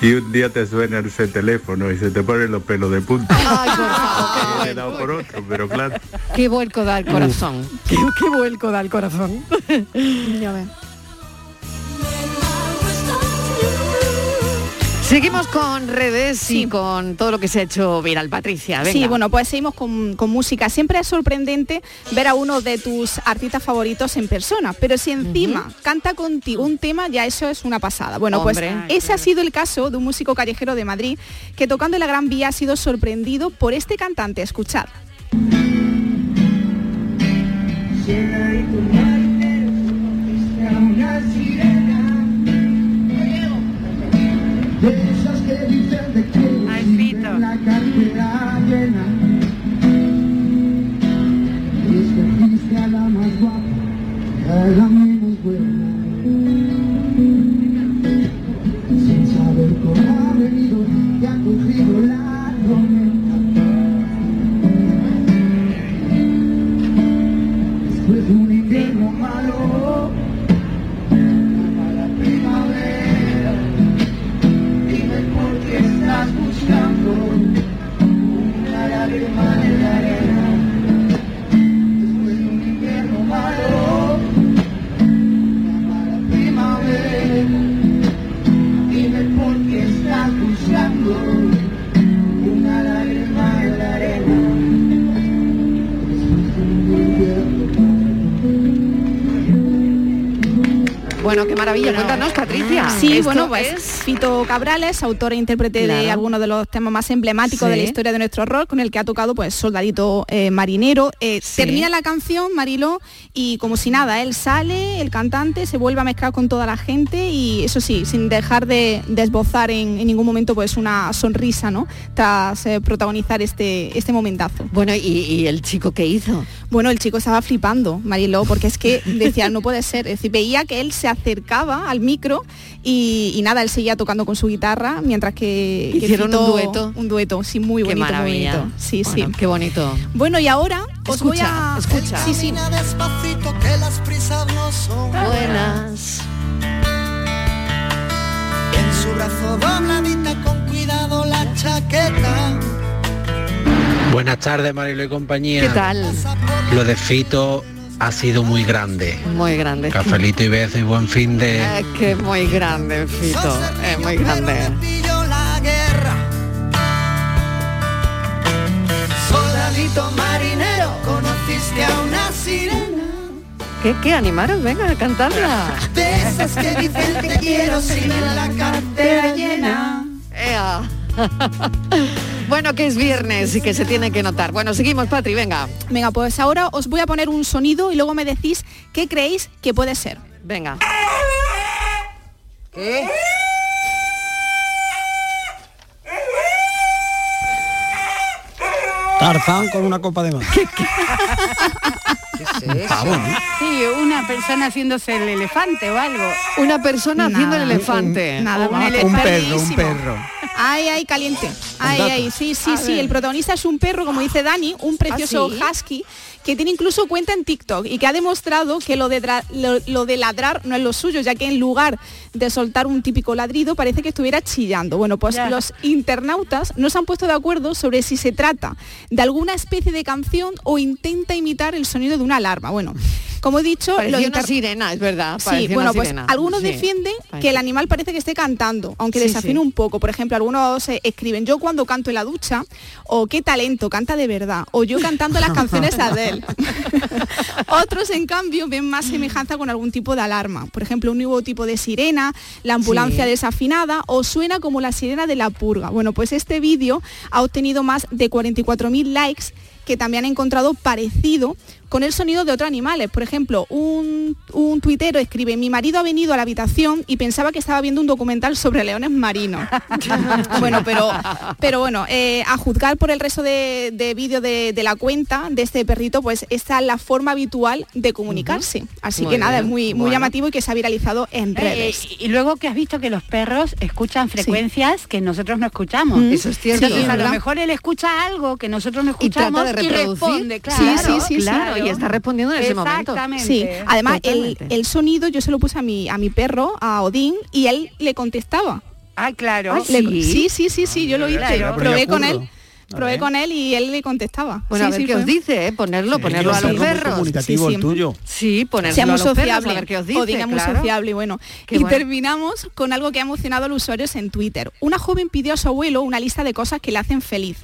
S25: y un día te suena ese teléfono y se te ponen los pelos de punta.
S11: Ay, por favor,
S25: He dado por otro, pero claro.
S11: qué vuelco da el corazón. Mm. Qué, qué vuelco da el corazón.
S15: Ya ves.
S11: Sí, Seguimos con redes y con todo lo que se ha hecho viral, Patricia. Venga.
S12: Sí, bueno, pues seguimos con, con música. Siempre es sorprendente ver a uno de tus artistas favoritos en persona, pero si encima canta contigo un tema, ya eso es una pasada. Bueno,
S11: Hombre.
S12: pues ese ha sido el caso de un músico callejero de Madrid que tocando en la Gran Vía ha sido sorprendido por este cantante. Escuchad.
S10: una sirena. De esas que dicen de que tienen la cartera llena. Y es que fuiste a la más guapa, a la menos buena. Sin saber cómo ha venido, te ha cogido la tormenta. Después de un invierno malo. primavera Dime por qué estás buscando Una lágrima en la arena Después de un invierno malo Una mala primavera Dime por qué estás buscando Una lágrima en la arena Después de un invierno
S11: Bueno, qué maravilla. Ah, Cuéntanos, Patricia.
S12: Sí,
S11: Esto
S12: bueno, pues Fito Cabrales, autor e intérprete de
S11: Claro.
S12: algunos de los temas más emblemáticos
S11: Sí.
S12: de la historia de nuestro rock, con el que ha tocado pues Soldadito eh, Marinero. Eh, Termina la canción, Marilo, y como si nada, él sale, el cantante, se vuelve a mezclar con toda la gente y eso sí, sin dejar de, de esbozar en, en ningún momento pues una sonrisa, ¿no? Tras eh, protagonizar este, este momentazo.
S11: Bueno, ¿y, el chico qué hizo?
S12: Bueno, el chico estaba flipando, Mariló, porque es que decía, no puede ser. Es decir, veía que él se acercaba al micro y, y nada, él seguía tocando con su guitarra mientras que que
S11: Hicieron un
S12: Fito-
S11: dueto.
S12: Un dueto, sí, muy
S11: qué
S12: bonito. muy
S11: maravilla.
S12: bonito. Sí,
S11: Bueno,
S12: sí.
S11: Qué bonito.
S12: Bueno, y ahora os voy
S11: Escucha,
S12: a...
S11: escucha.
S12: Sí, sí.
S26: Camina despacito que las prisas no son
S11: buenas.
S26: En su brazo dobladita con cuidado la chaqueta.
S19: Buenas tardes, Marilo y compañía.
S11: ¿Qué tal?
S19: Lo de Fito ha sido muy grande.
S11: Muy grande.
S19: Cafelito y beso y buen fin de...
S11: Es que es muy grande, Fito. Es muy grande.
S26: Pilló la guerra. Soldadito marinero, conociste a una sirena.
S11: ¿Qué, qué? Animaros, venga, a cantarla.
S26: De esas que dicen te quiero sin la cartera llena.
S11: Ea. bueno, que es viernes y que se tiene que notar. Bueno, seguimos, Patri, venga.
S12: Venga, pues ahora os voy a poner un sonido y luego me decís qué creéis que puede ser.
S11: Venga.
S27: ¿Qué?
S13: Tarzán con una copa de más. Pavo, ¿no?
S28: Sí, una persona haciéndose el elefante o algo.
S11: Una persona haciendo el elefante.
S12: nada, un elefante.
S17: Un perro, un perro.
S12: Ay, ay, caliente. Ay,
S17: dato.
S12: ay, sí, sí,
S17: A
S12: sí.
S17: ver.
S12: El protagonista es un perro, como dice Dani,
S11: Ah,
S12: un precioso
S17: ¿sí?
S12: husky que tiene incluso cuenta en TikTok y que ha demostrado que lo de, dra- lo, lo de ladrar no es lo suyo, ya que en lugar de soltar un típico ladrido parece que estuviera chillando. Bueno, pues
S15: Ya.
S12: los internautas no se han puesto de acuerdo sobre si se trata de alguna especie de canción o intenta imitar el sonido de una alarma. Bueno, como he dicho,
S11: Parecía
S12: los
S11: una
S12: inter-
S11: sirena, es verdad.
S12: Sí,
S11: parecía
S12: bueno,
S11: una
S12: pues
S11: sirena.
S12: algunos
S11: Sí.
S12: defienden que
S11: Parecía.
S12: el animal parece que esté cantando, aunque
S11: Sí,
S12: desafina
S11: sí.
S12: un poco. Por ejemplo, algunos eh, escriben, yo cuando canto en la ducha, o qué talento, canta de verdad, o yo cantando las canciones de Adele. Otros, en cambio, ven más semejanza con algún tipo de alarma. Por ejemplo, un nuevo tipo de sirena, la ambulancia
S15: Sí.
S12: desafinada, o suena como la sirena de la purga. Bueno, pues este vídeo ha obtenido más de 44.000 likes que también han encontrado parecido con el sonido de otros animales. Por ejemplo, un, un tuitero escribe, mi marido ha venido a la habitación y pensaba que estaba viendo un documental sobre leones marinos. bueno, pero, pero bueno, eh, a juzgar por el resto de, de vídeo de, de la cuenta de este perrito, pues esta es la forma habitual de comunicarse. Así
S15: Muy
S12: que nada,
S15: bien.
S12: es muy, muy
S15: Bueno.
S12: llamativo y que se ha viralizado en
S15: Eh,
S12: redes.
S15: y y luego que has visto que los perros escuchan frecuencias que nosotros no escuchamos.
S12: Mm. Eso es cierto.
S15: Entonces,
S12: Sí,
S15: a
S12: ¿verdad?
S15: lo mejor él escucha algo que nosotros no
S11: Y trata
S15: escuchamos
S11: de
S15: y
S11: reproducir.
S15: responde, claro.
S11: sí, sí, claro. Y está respondiendo en ese momento.
S15: Exactamente.
S12: Sí, además el,
S15: Totalmente.
S12: el sonido yo se lo puse a mi, a mi perro, a Odín, y él le contestaba.
S15: Ah, claro.
S11: Ah,
S12: Le- sí, sí, sí, sí, yo lo hice,
S15: Claro.
S12: probé con él. probé con él y él le contestaba.
S11: Bueno,
S12: Sí,
S11: a ver
S12: sí,
S11: qué
S12: fue.
S11: os dice, ¿eh? Ponerlo, ponerlo a los perros.
S12: Sí, sí.
S11: Sí, ponerlo
S12: sea muy
S11: a los perros,
S12: sociable,
S11: a ver qué os
S12: o
S11: dice,
S12: diga muy
S11: claro.
S12: sociable, bueno.
S11: Qué
S12: y
S11: bueno.
S12: terminamos con algo que ha emocionado a los usuarios en Twitter. Una joven pidió a su abuelo una lista de cosas que le hacen feliz.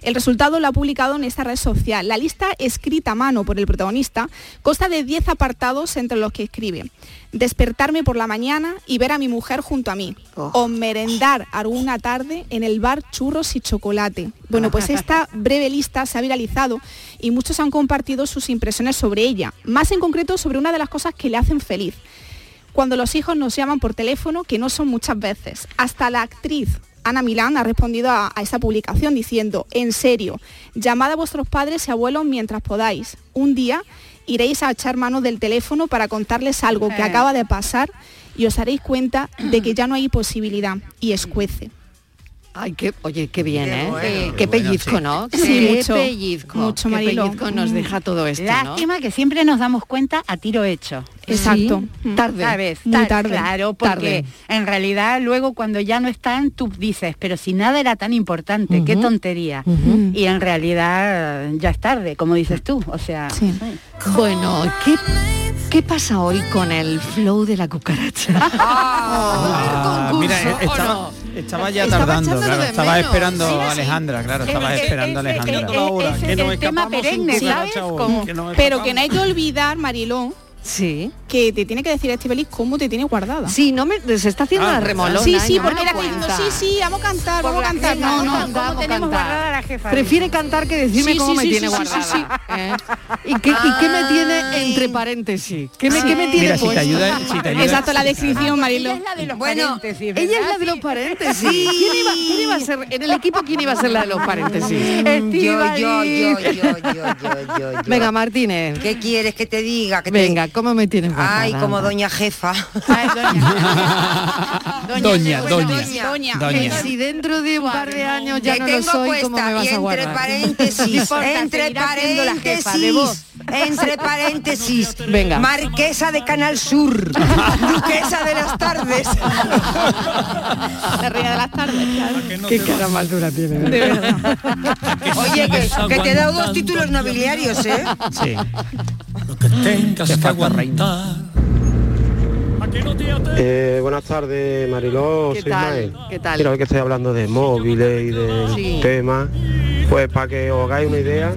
S12: El resultado lo ha publicado en esta red social. La lista escrita a mano por el protagonista consta de 10 apartados entre los que escribe despertarme por la mañana y ver a mi mujer junto a mí o merendar alguna tarde en el bar churros y chocolate. Bueno, pues esta breve lista se ha viralizado y muchos han compartido sus impresiones sobre ella, más en concreto sobre una de las cosas que le hacen feliz cuando los hijos nos llaman por teléfono, que no son muchas veces. Hasta la actriz Ana Milán ha respondido a, a esa publicación diciendo, en serio, llamad a vuestros padres y abuelos mientras podáis. Un día iréis a echar mano del teléfono para contarles algo que
S2: Eh.
S12: acaba de pasar y os daréis cuenta de que ya no hay posibilidad y escuece.
S11: Ay, qué, oye, qué bien,
S12: Qué
S11: ¿eh?
S12: bueno,
S11: qué
S12: qué bueno,
S11: pellizco,
S12: sí.
S11: ¿no?
S12: Sí,
S11: qué
S12: mucho,
S11: pellizco.
S12: mucho,
S11: qué
S12: Marilo.
S11: pellizco nos
S12: Mm.
S11: deja todo esto, ¿no?
S15: Lástima que siempre nos damos cuenta a tiro hecho.
S12: Exacto.
S15: Sí,
S12: Mm.
S15: Tarde.
S12: Tarde,
S15: Tar-
S12: muy tarde,
S15: Claro,
S12: tarde.
S15: porque en realidad luego cuando ya no están, tú dices, pero si nada era tan importante, qué tontería. Y en realidad ya es tarde, como dices tú. O sea,
S11: Bueno, ¿qué, ¿qué pasa hoy con el flow de la cucaracha? Oh,
S17: Ah, mira, eh, estaba, estaba ya
S11: Estaba
S17: tardando,
S11: echándolo
S17: claro,
S11: de
S17: estaba
S11: menos.
S17: esperando
S11: Era
S17: a
S11: así.
S17: Alejandra, claro,
S11: Era
S17: estaba
S11: así.
S17: esperando a
S11: Ese-
S17: Alejandra.
S15: ese- Ahora, ese que nos es el tema escapamos sin perenne, cucaracha ¿sabes? hoy, Como- que
S12: Pero
S15: nos
S12: que
S15: escapamos.
S12: no hay que olvidar, Marilón,
S11: sí.
S12: que te tiene que decir a este feliz cómo te tiene guardada.
S11: Sí, Ah, no me, se está haciendo
S15: Ah,
S11: la remolona.
S12: Sí,
S11: y
S12: sí,
S11: no
S12: porque
S11: me
S12: era
S11: lo
S12: que diciendo,
S11: cuenta.
S12: sí, sí, vamos a cantar,
S11: Por
S12: vamos a
S11: la-
S12: cantar.
S11: venga,
S12: No,
S11: vamos a
S12: no,
S11: cantar,
S12: ¿cómo
S11: vamos a
S12: tenemos
S11: cantar.
S12: guardada a la jefa?
S11: Prefiere cantar que decirme
S12: Sí,
S11: cómo
S12: sí,
S11: me
S12: sí,
S11: tiene
S12: sí, sí,
S11: guardada.
S12: sí,
S11: ¿eh? ¿Y, qué, y qué me tiene entre paréntesis? ¿Qué me, qué me tiene
S17: Mira, si te
S11: puesto?
S17: ayuda- si te ayuda-
S12: Exacto, la descripción, Marilo.
S11: Bueno, ella es la de los paréntesis.
S12: Sí.
S11: ¿Quién, iba, quién iba a ser en el equipo? ¿Quién iba a ser la de los paréntesis?
S14: Mm, Yo, yo, yo, yo, yo, yo, yo, yo.
S11: Venga, Martínez.
S14: ¿Qué quieres que te diga? Que te-
S11: Venga, ¿cómo me tienes guardada?
S14: Ay, como doña jefa.
S17: Doña, doña.
S11: Doña,
S17: Doña.
S11: Si dentro de un par de años ya
S14: Te
S11: no lo
S14: tengo
S11: soy, ¿cómo
S14: puesta,
S11: me
S14: y
S11: vas a
S14: entre
S11: guardar?
S14: paréntesis,
S11: No importa,
S14: entre
S11: seguirá siendo la jefa de vos.
S14: Entre paréntesis,
S11: Venga.
S14: marquesa de Canal Sur, duquesa de las tardes.
S12: La reina de las tardes. claro.
S11: Qué cara más dura tiene. De
S12: verdad.
S14: Oye, que, que te he dado dos títulos nobiliarios, ¿eh?
S17: Sí. ¡Ah!
S4: Tengas que aguantar.
S29: Eh, buenas tardes, Mariló.
S11: ¿Qué
S29: soy
S11: tal?
S29: Ismael.
S11: ¿Qué tal?
S29: Mira, hoy que estoy hablando de móviles y de
S11: Sí.
S29: temas, pues para que os hagáis una idea,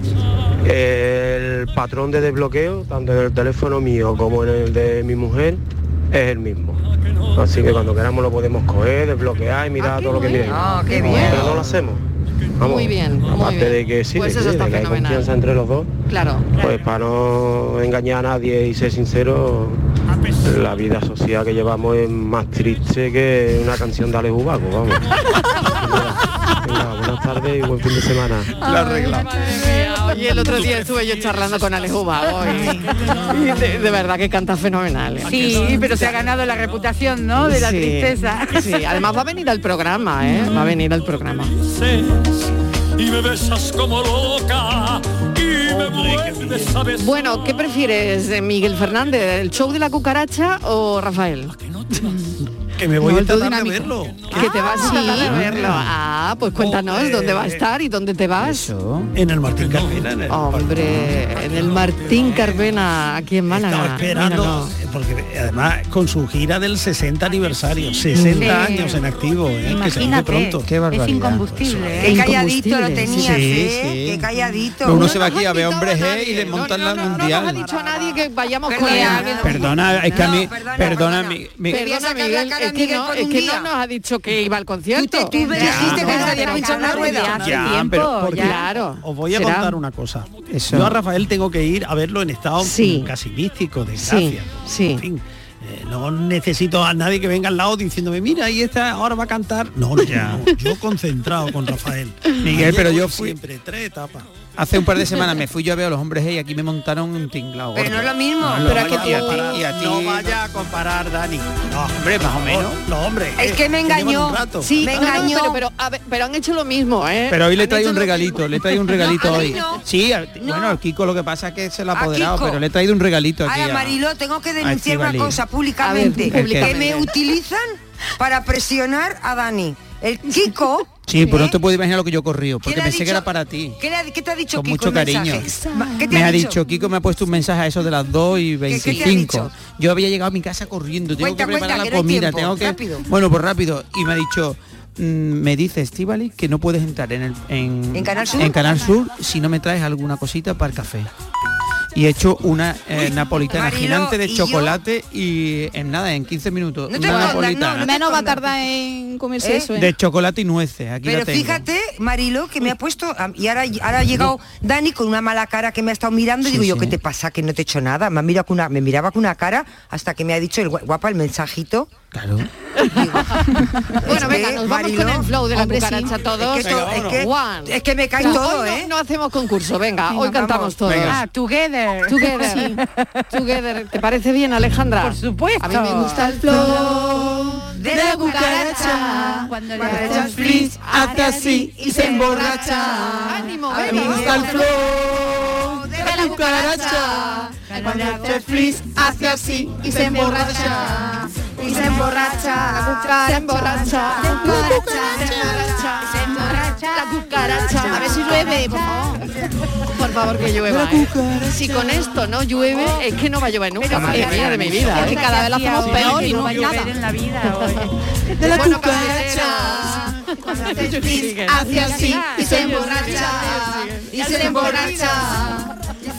S29: el patrón de desbloqueo, tanto en el teléfono mío como en el de mi mujer, es el mismo. Así que cuando queramos lo podemos coger, desbloquear y mirar todo lo que tiene.
S11: Ah, qué bien.
S29: Pero no lo hacemos. Vamos,
S11: Muy bien, muy
S29: aparte
S11: bien.
S29: de que sí,
S11: Pues
S29: de
S11: eso
S29: que-
S11: está
S29: de que hay
S11: fenomenal.
S29: confianza entre los dos,
S11: Claro.
S29: pues para no engañar a nadie y ser sincero, la vida social que llevamos es más triste que una canción de Alex Ubago, vamos. Venga, buenas tardes y buen fin de semana.
S11: Y el otro día estuve yo charlando con Alex Ubago y- y de, de verdad que canta fenomenal. ¿eh?
S2: Sí, pero se ha ganado la reputación, ¿no? De la
S11: Sí,
S2: tristeza.
S11: Sí, además va a venir al programa, ¿eh? Va a venir al programa.
S4: Y me besas como loca y me muerdes, ¿sabes?
S11: Bueno, ¿qué prefieres, eh, Miguel Fernández? ¿El show de la cucaracha o Rafael?
S13: Que me voy
S11: No,
S13: a
S11: el
S13: esta
S11: todo
S13: tarde a
S11: dinámico.
S13: verlo.
S11: Que te
S2: Ah.
S11: vas
S13: sí.
S11: a verlo. Ah, pues cuéntanos
S13: Joder.
S11: dónde va a estar y dónde te vas.
S13: En el Martín Carpena. En el
S11: Hombre, en el Martín Carpena, aquí en
S13: Estaba
S11: Málaga.
S13: esperando, eh, porque además con su gira del 60 aniversario, 60
S11: Sí.
S13: años en activo, eh, que se dice pronto. Qué barbaridad. Es incombustible.
S14: Qué calladito lo tenías,
S13: Sí,
S14: ¿eh?
S13: sí.
S14: Qué calladito.
S17: Uno se va aquí a ver hombres G y le montan la mundial.
S11: dicho a nadie que vayamos con él.
S17: Perdona, es que a mí, perdona, mi- mi-
S11: Perdona,
S14: sacar la
S11: Miguel,
S14: cara
S11: es
S14: a
S11: que,
S14: Miguel
S11: no,
S14: por
S11: es
S14: un
S11: que
S14: día.
S11: no nos ha dicho que iba al concierto.
S14: Tú me dijiste que se había pinchado una rueda.
S13: Ya, pero porque
S11: claro.
S13: os voy a
S11: será.
S13: contar una cosa. Yo a Rafael tengo que ir a verlo en estado casi místico, de gracia.
S11: Sí, sí.
S13: En fin, eh, no necesito a nadie que venga al lado diciéndome, mira, y esta ahora va a cantar. No, ya. yo concentrado con Rafael.
S17: Miguel, pero yo fui
S13: Siempre tres etapas.
S17: hace un par de semanas me fui yo a ver a los hombres G y aquí me montaron un tinglao.
S13: Pero
S17: gordo.
S13: no es lo mismo.
S17: No
S13: Pero es que
S17: vaya- y a
S13: tú-
S17: ti- y a ti-
S13: no vaya a comparar, Dani. No,
S17: hombre, más o menos.
S13: No, hombre.
S14: Es que me engañó.
S11: Sí,
S14: me
S11: no, no,
S14: engañó.
S11: pero, pero, a ver, pero han hecho lo mismo, ¿eh?
S17: Pero hoy le
S11: Han
S17: trae
S11: hecho
S17: un
S11: lo
S17: regalito, le trae un regalito
S11: No, a mí
S17: hoy.
S11: no.
S17: Sí, a- bueno, al Kiko lo que pasa es que se lo ha
S14: A
S17: apoderado,
S14: Kiko.
S17: pero le he traído un regalito aquí.
S14: Ahora,
S17: a-
S14: Mariló, tengo que
S17: a
S14: denunciar una
S17: Estíbaliz.
S14: cosa públicamente,
S17: A ver,
S14: que
S17: públicamente.
S14: me utilizan para presionar a Dani. El Kiko ¿eh?
S17: Sí, pero no te puedes imaginar lo que yo corrí, porque pensé que era para ti.
S14: ¿Qué, le ha- qué te ha dicho
S17: Con
S14: Kiko
S17: mucho
S14: en mensaje?
S17: cariño.
S14: Ma- ¿Qué te
S17: Me ha dicho, Kiko me ha puesto un mensaje a eso de las 2 y
S14: qué te ha
S17: 25. Yo había llegado a mi casa corriendo, tengo
S14: Cuenta,
S17: que preparar
S14: cuenta, que
S17: la
S14: no hay
S17: comida,
S14: tiempo.
S17: tengo que...
S14: Rápido.
S17: Bueno, pues rápido. Y me ha dicho, mm, me dice Estivali que no puedes entrar en, el, en,
S14: ¿En Canal Sur?
S17: Canal Sur si no me traes alguna cosita para el café. Y he hecho una eh, napolitana
S15: Marilo,
S17: gigante de
S15: ¿y yo?
S17: chocolate y en nada, en 15 minutos.
S15: No
S14: te
S17: una
S14: escondas, no,
S17: napolitana.
S15: Menos va a tardar en comerse
S14: ¿Eh?
S15: eso. ¿eh?
S17: De chocolate y nueces, aquí la
S14: Pero
S17: tengo.
S14: fíjate, Marilo, que me ha puesto, a- y ahora, ahora ha llegado Dani con una mala cara que me ha estado mirando, y digo yo, ¿qué te pasa? Que no te he hecho nada. Me, ha mirado con una, me miraba con una cara hasta que me ha dicho el gua- guapa el mensajito.
S11: Bueno, venga, nos vamos
S14: Marilo,
S11: con el flow de la
S14: hombre, sí.
S11: cucaracha todos.
S14: Es que esto- es que-
S11: One.
S14: es que me cae
S11: No,
S14: todo,
S11: hoy no-
S14: ¿eh?
S11: No, hacemos concurso, venga, hoy cantamos todos.
S12: Ah, together.
S11: Together.
S12: Sí.
S11: Together. ¿Te parece bien, Alejandra?
S12: Por supuesto.
S11: A mí me gusta el flow de la cucaracha.
S12: Cuando
S11: Cuando
S12: le
S11: echas frizz,
S12: hace así y se emborracha.
S11: Ánimo,
S12: A mí
S11: venga,
S12: me gusta el
S11: venga.
S12: flow de la cucaracha. Cuando le echas frizz, hace así y se emborracha. Y se emborracha. Se emborracha. Se emborracha. Se emborracha. La cucaracha.
S11: A ver si llueve, por favor. Por favor, que llueva. ¿eh? Si con esto no llueve, es que no va a llover nunca.
S15: Pero
S11: Es
S15: madre
S11: día de mi
S15: mía,
S11: vida.
S15: es que cada vez lo hacemos peor y no hay nada.
S12: en la vida hoy.
S11: De la
S12: Bueno,
S11: cucaracha.
S12: cuando hace frizz, hace así y se emborracha. Y se emborracha.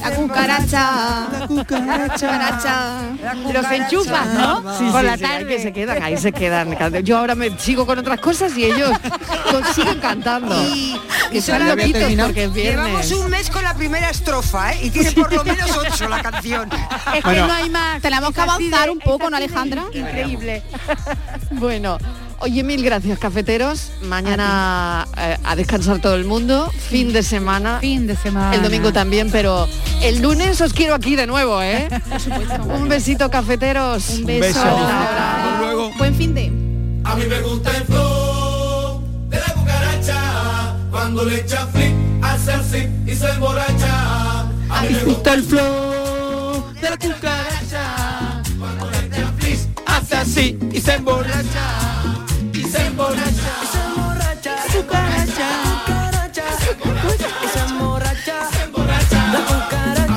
S12: La cucaracha. La cucaracha.
S11: Los enchufas, ¿no?
S12: Sí,
S11: Por
S12: sí,
S11: la
S12: sí,
S11: tarde.
S12: ahí
S11: que se quedan, ahí se quedan. Yo ahora me sigo con otras cosas y ellos con- siguen cantando.
S14: Y-
S11: que
S14: y
S11: están
S14: solamente-
S11: loquitos porque es
S14: Llevamos
S11: viernes.
S14: un mes con la primera estrofa, ¿eh? Y tiene por lo menos ocho la canción.
S15: Es que no hay más. Tenemos que avanzar un poco, ¿no, Alejandra?
S11: Increíble. Bueno, oye, mil gracias, cafeteros. Mañana eh, a descansar todo el mundo. Fin de semana.
S12: Fin de semana.
S11: El domingo también, pero el lunes os quiero aquí de nuevo, ¿eh? Un besito, cafeteros. Un
S15: beso. Buen fin de...
S10: A mí me gusta el flow de la cucaracha. Cuando le echa flip, hace así y se emborracha. A mí me gusta el flow de la cucaracha. Cuando le echa flip, hace así y se emborracha. Y se emborracha. Y se emborracha. Cucaracha. Cucaracha. Y se emborracha. Se emborracha. La cucaracha. A mí me gusta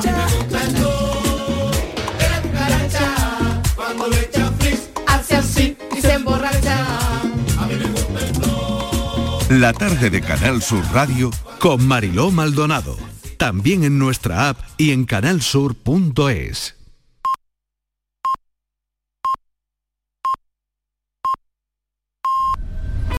S10: el flow de la cucaracha. Cuando le echa flip, hace así y se emborracha.
S8: La tarde de Canal Sur Radio con Mariló Maldonado. También en nuestra app y en canalsur.es.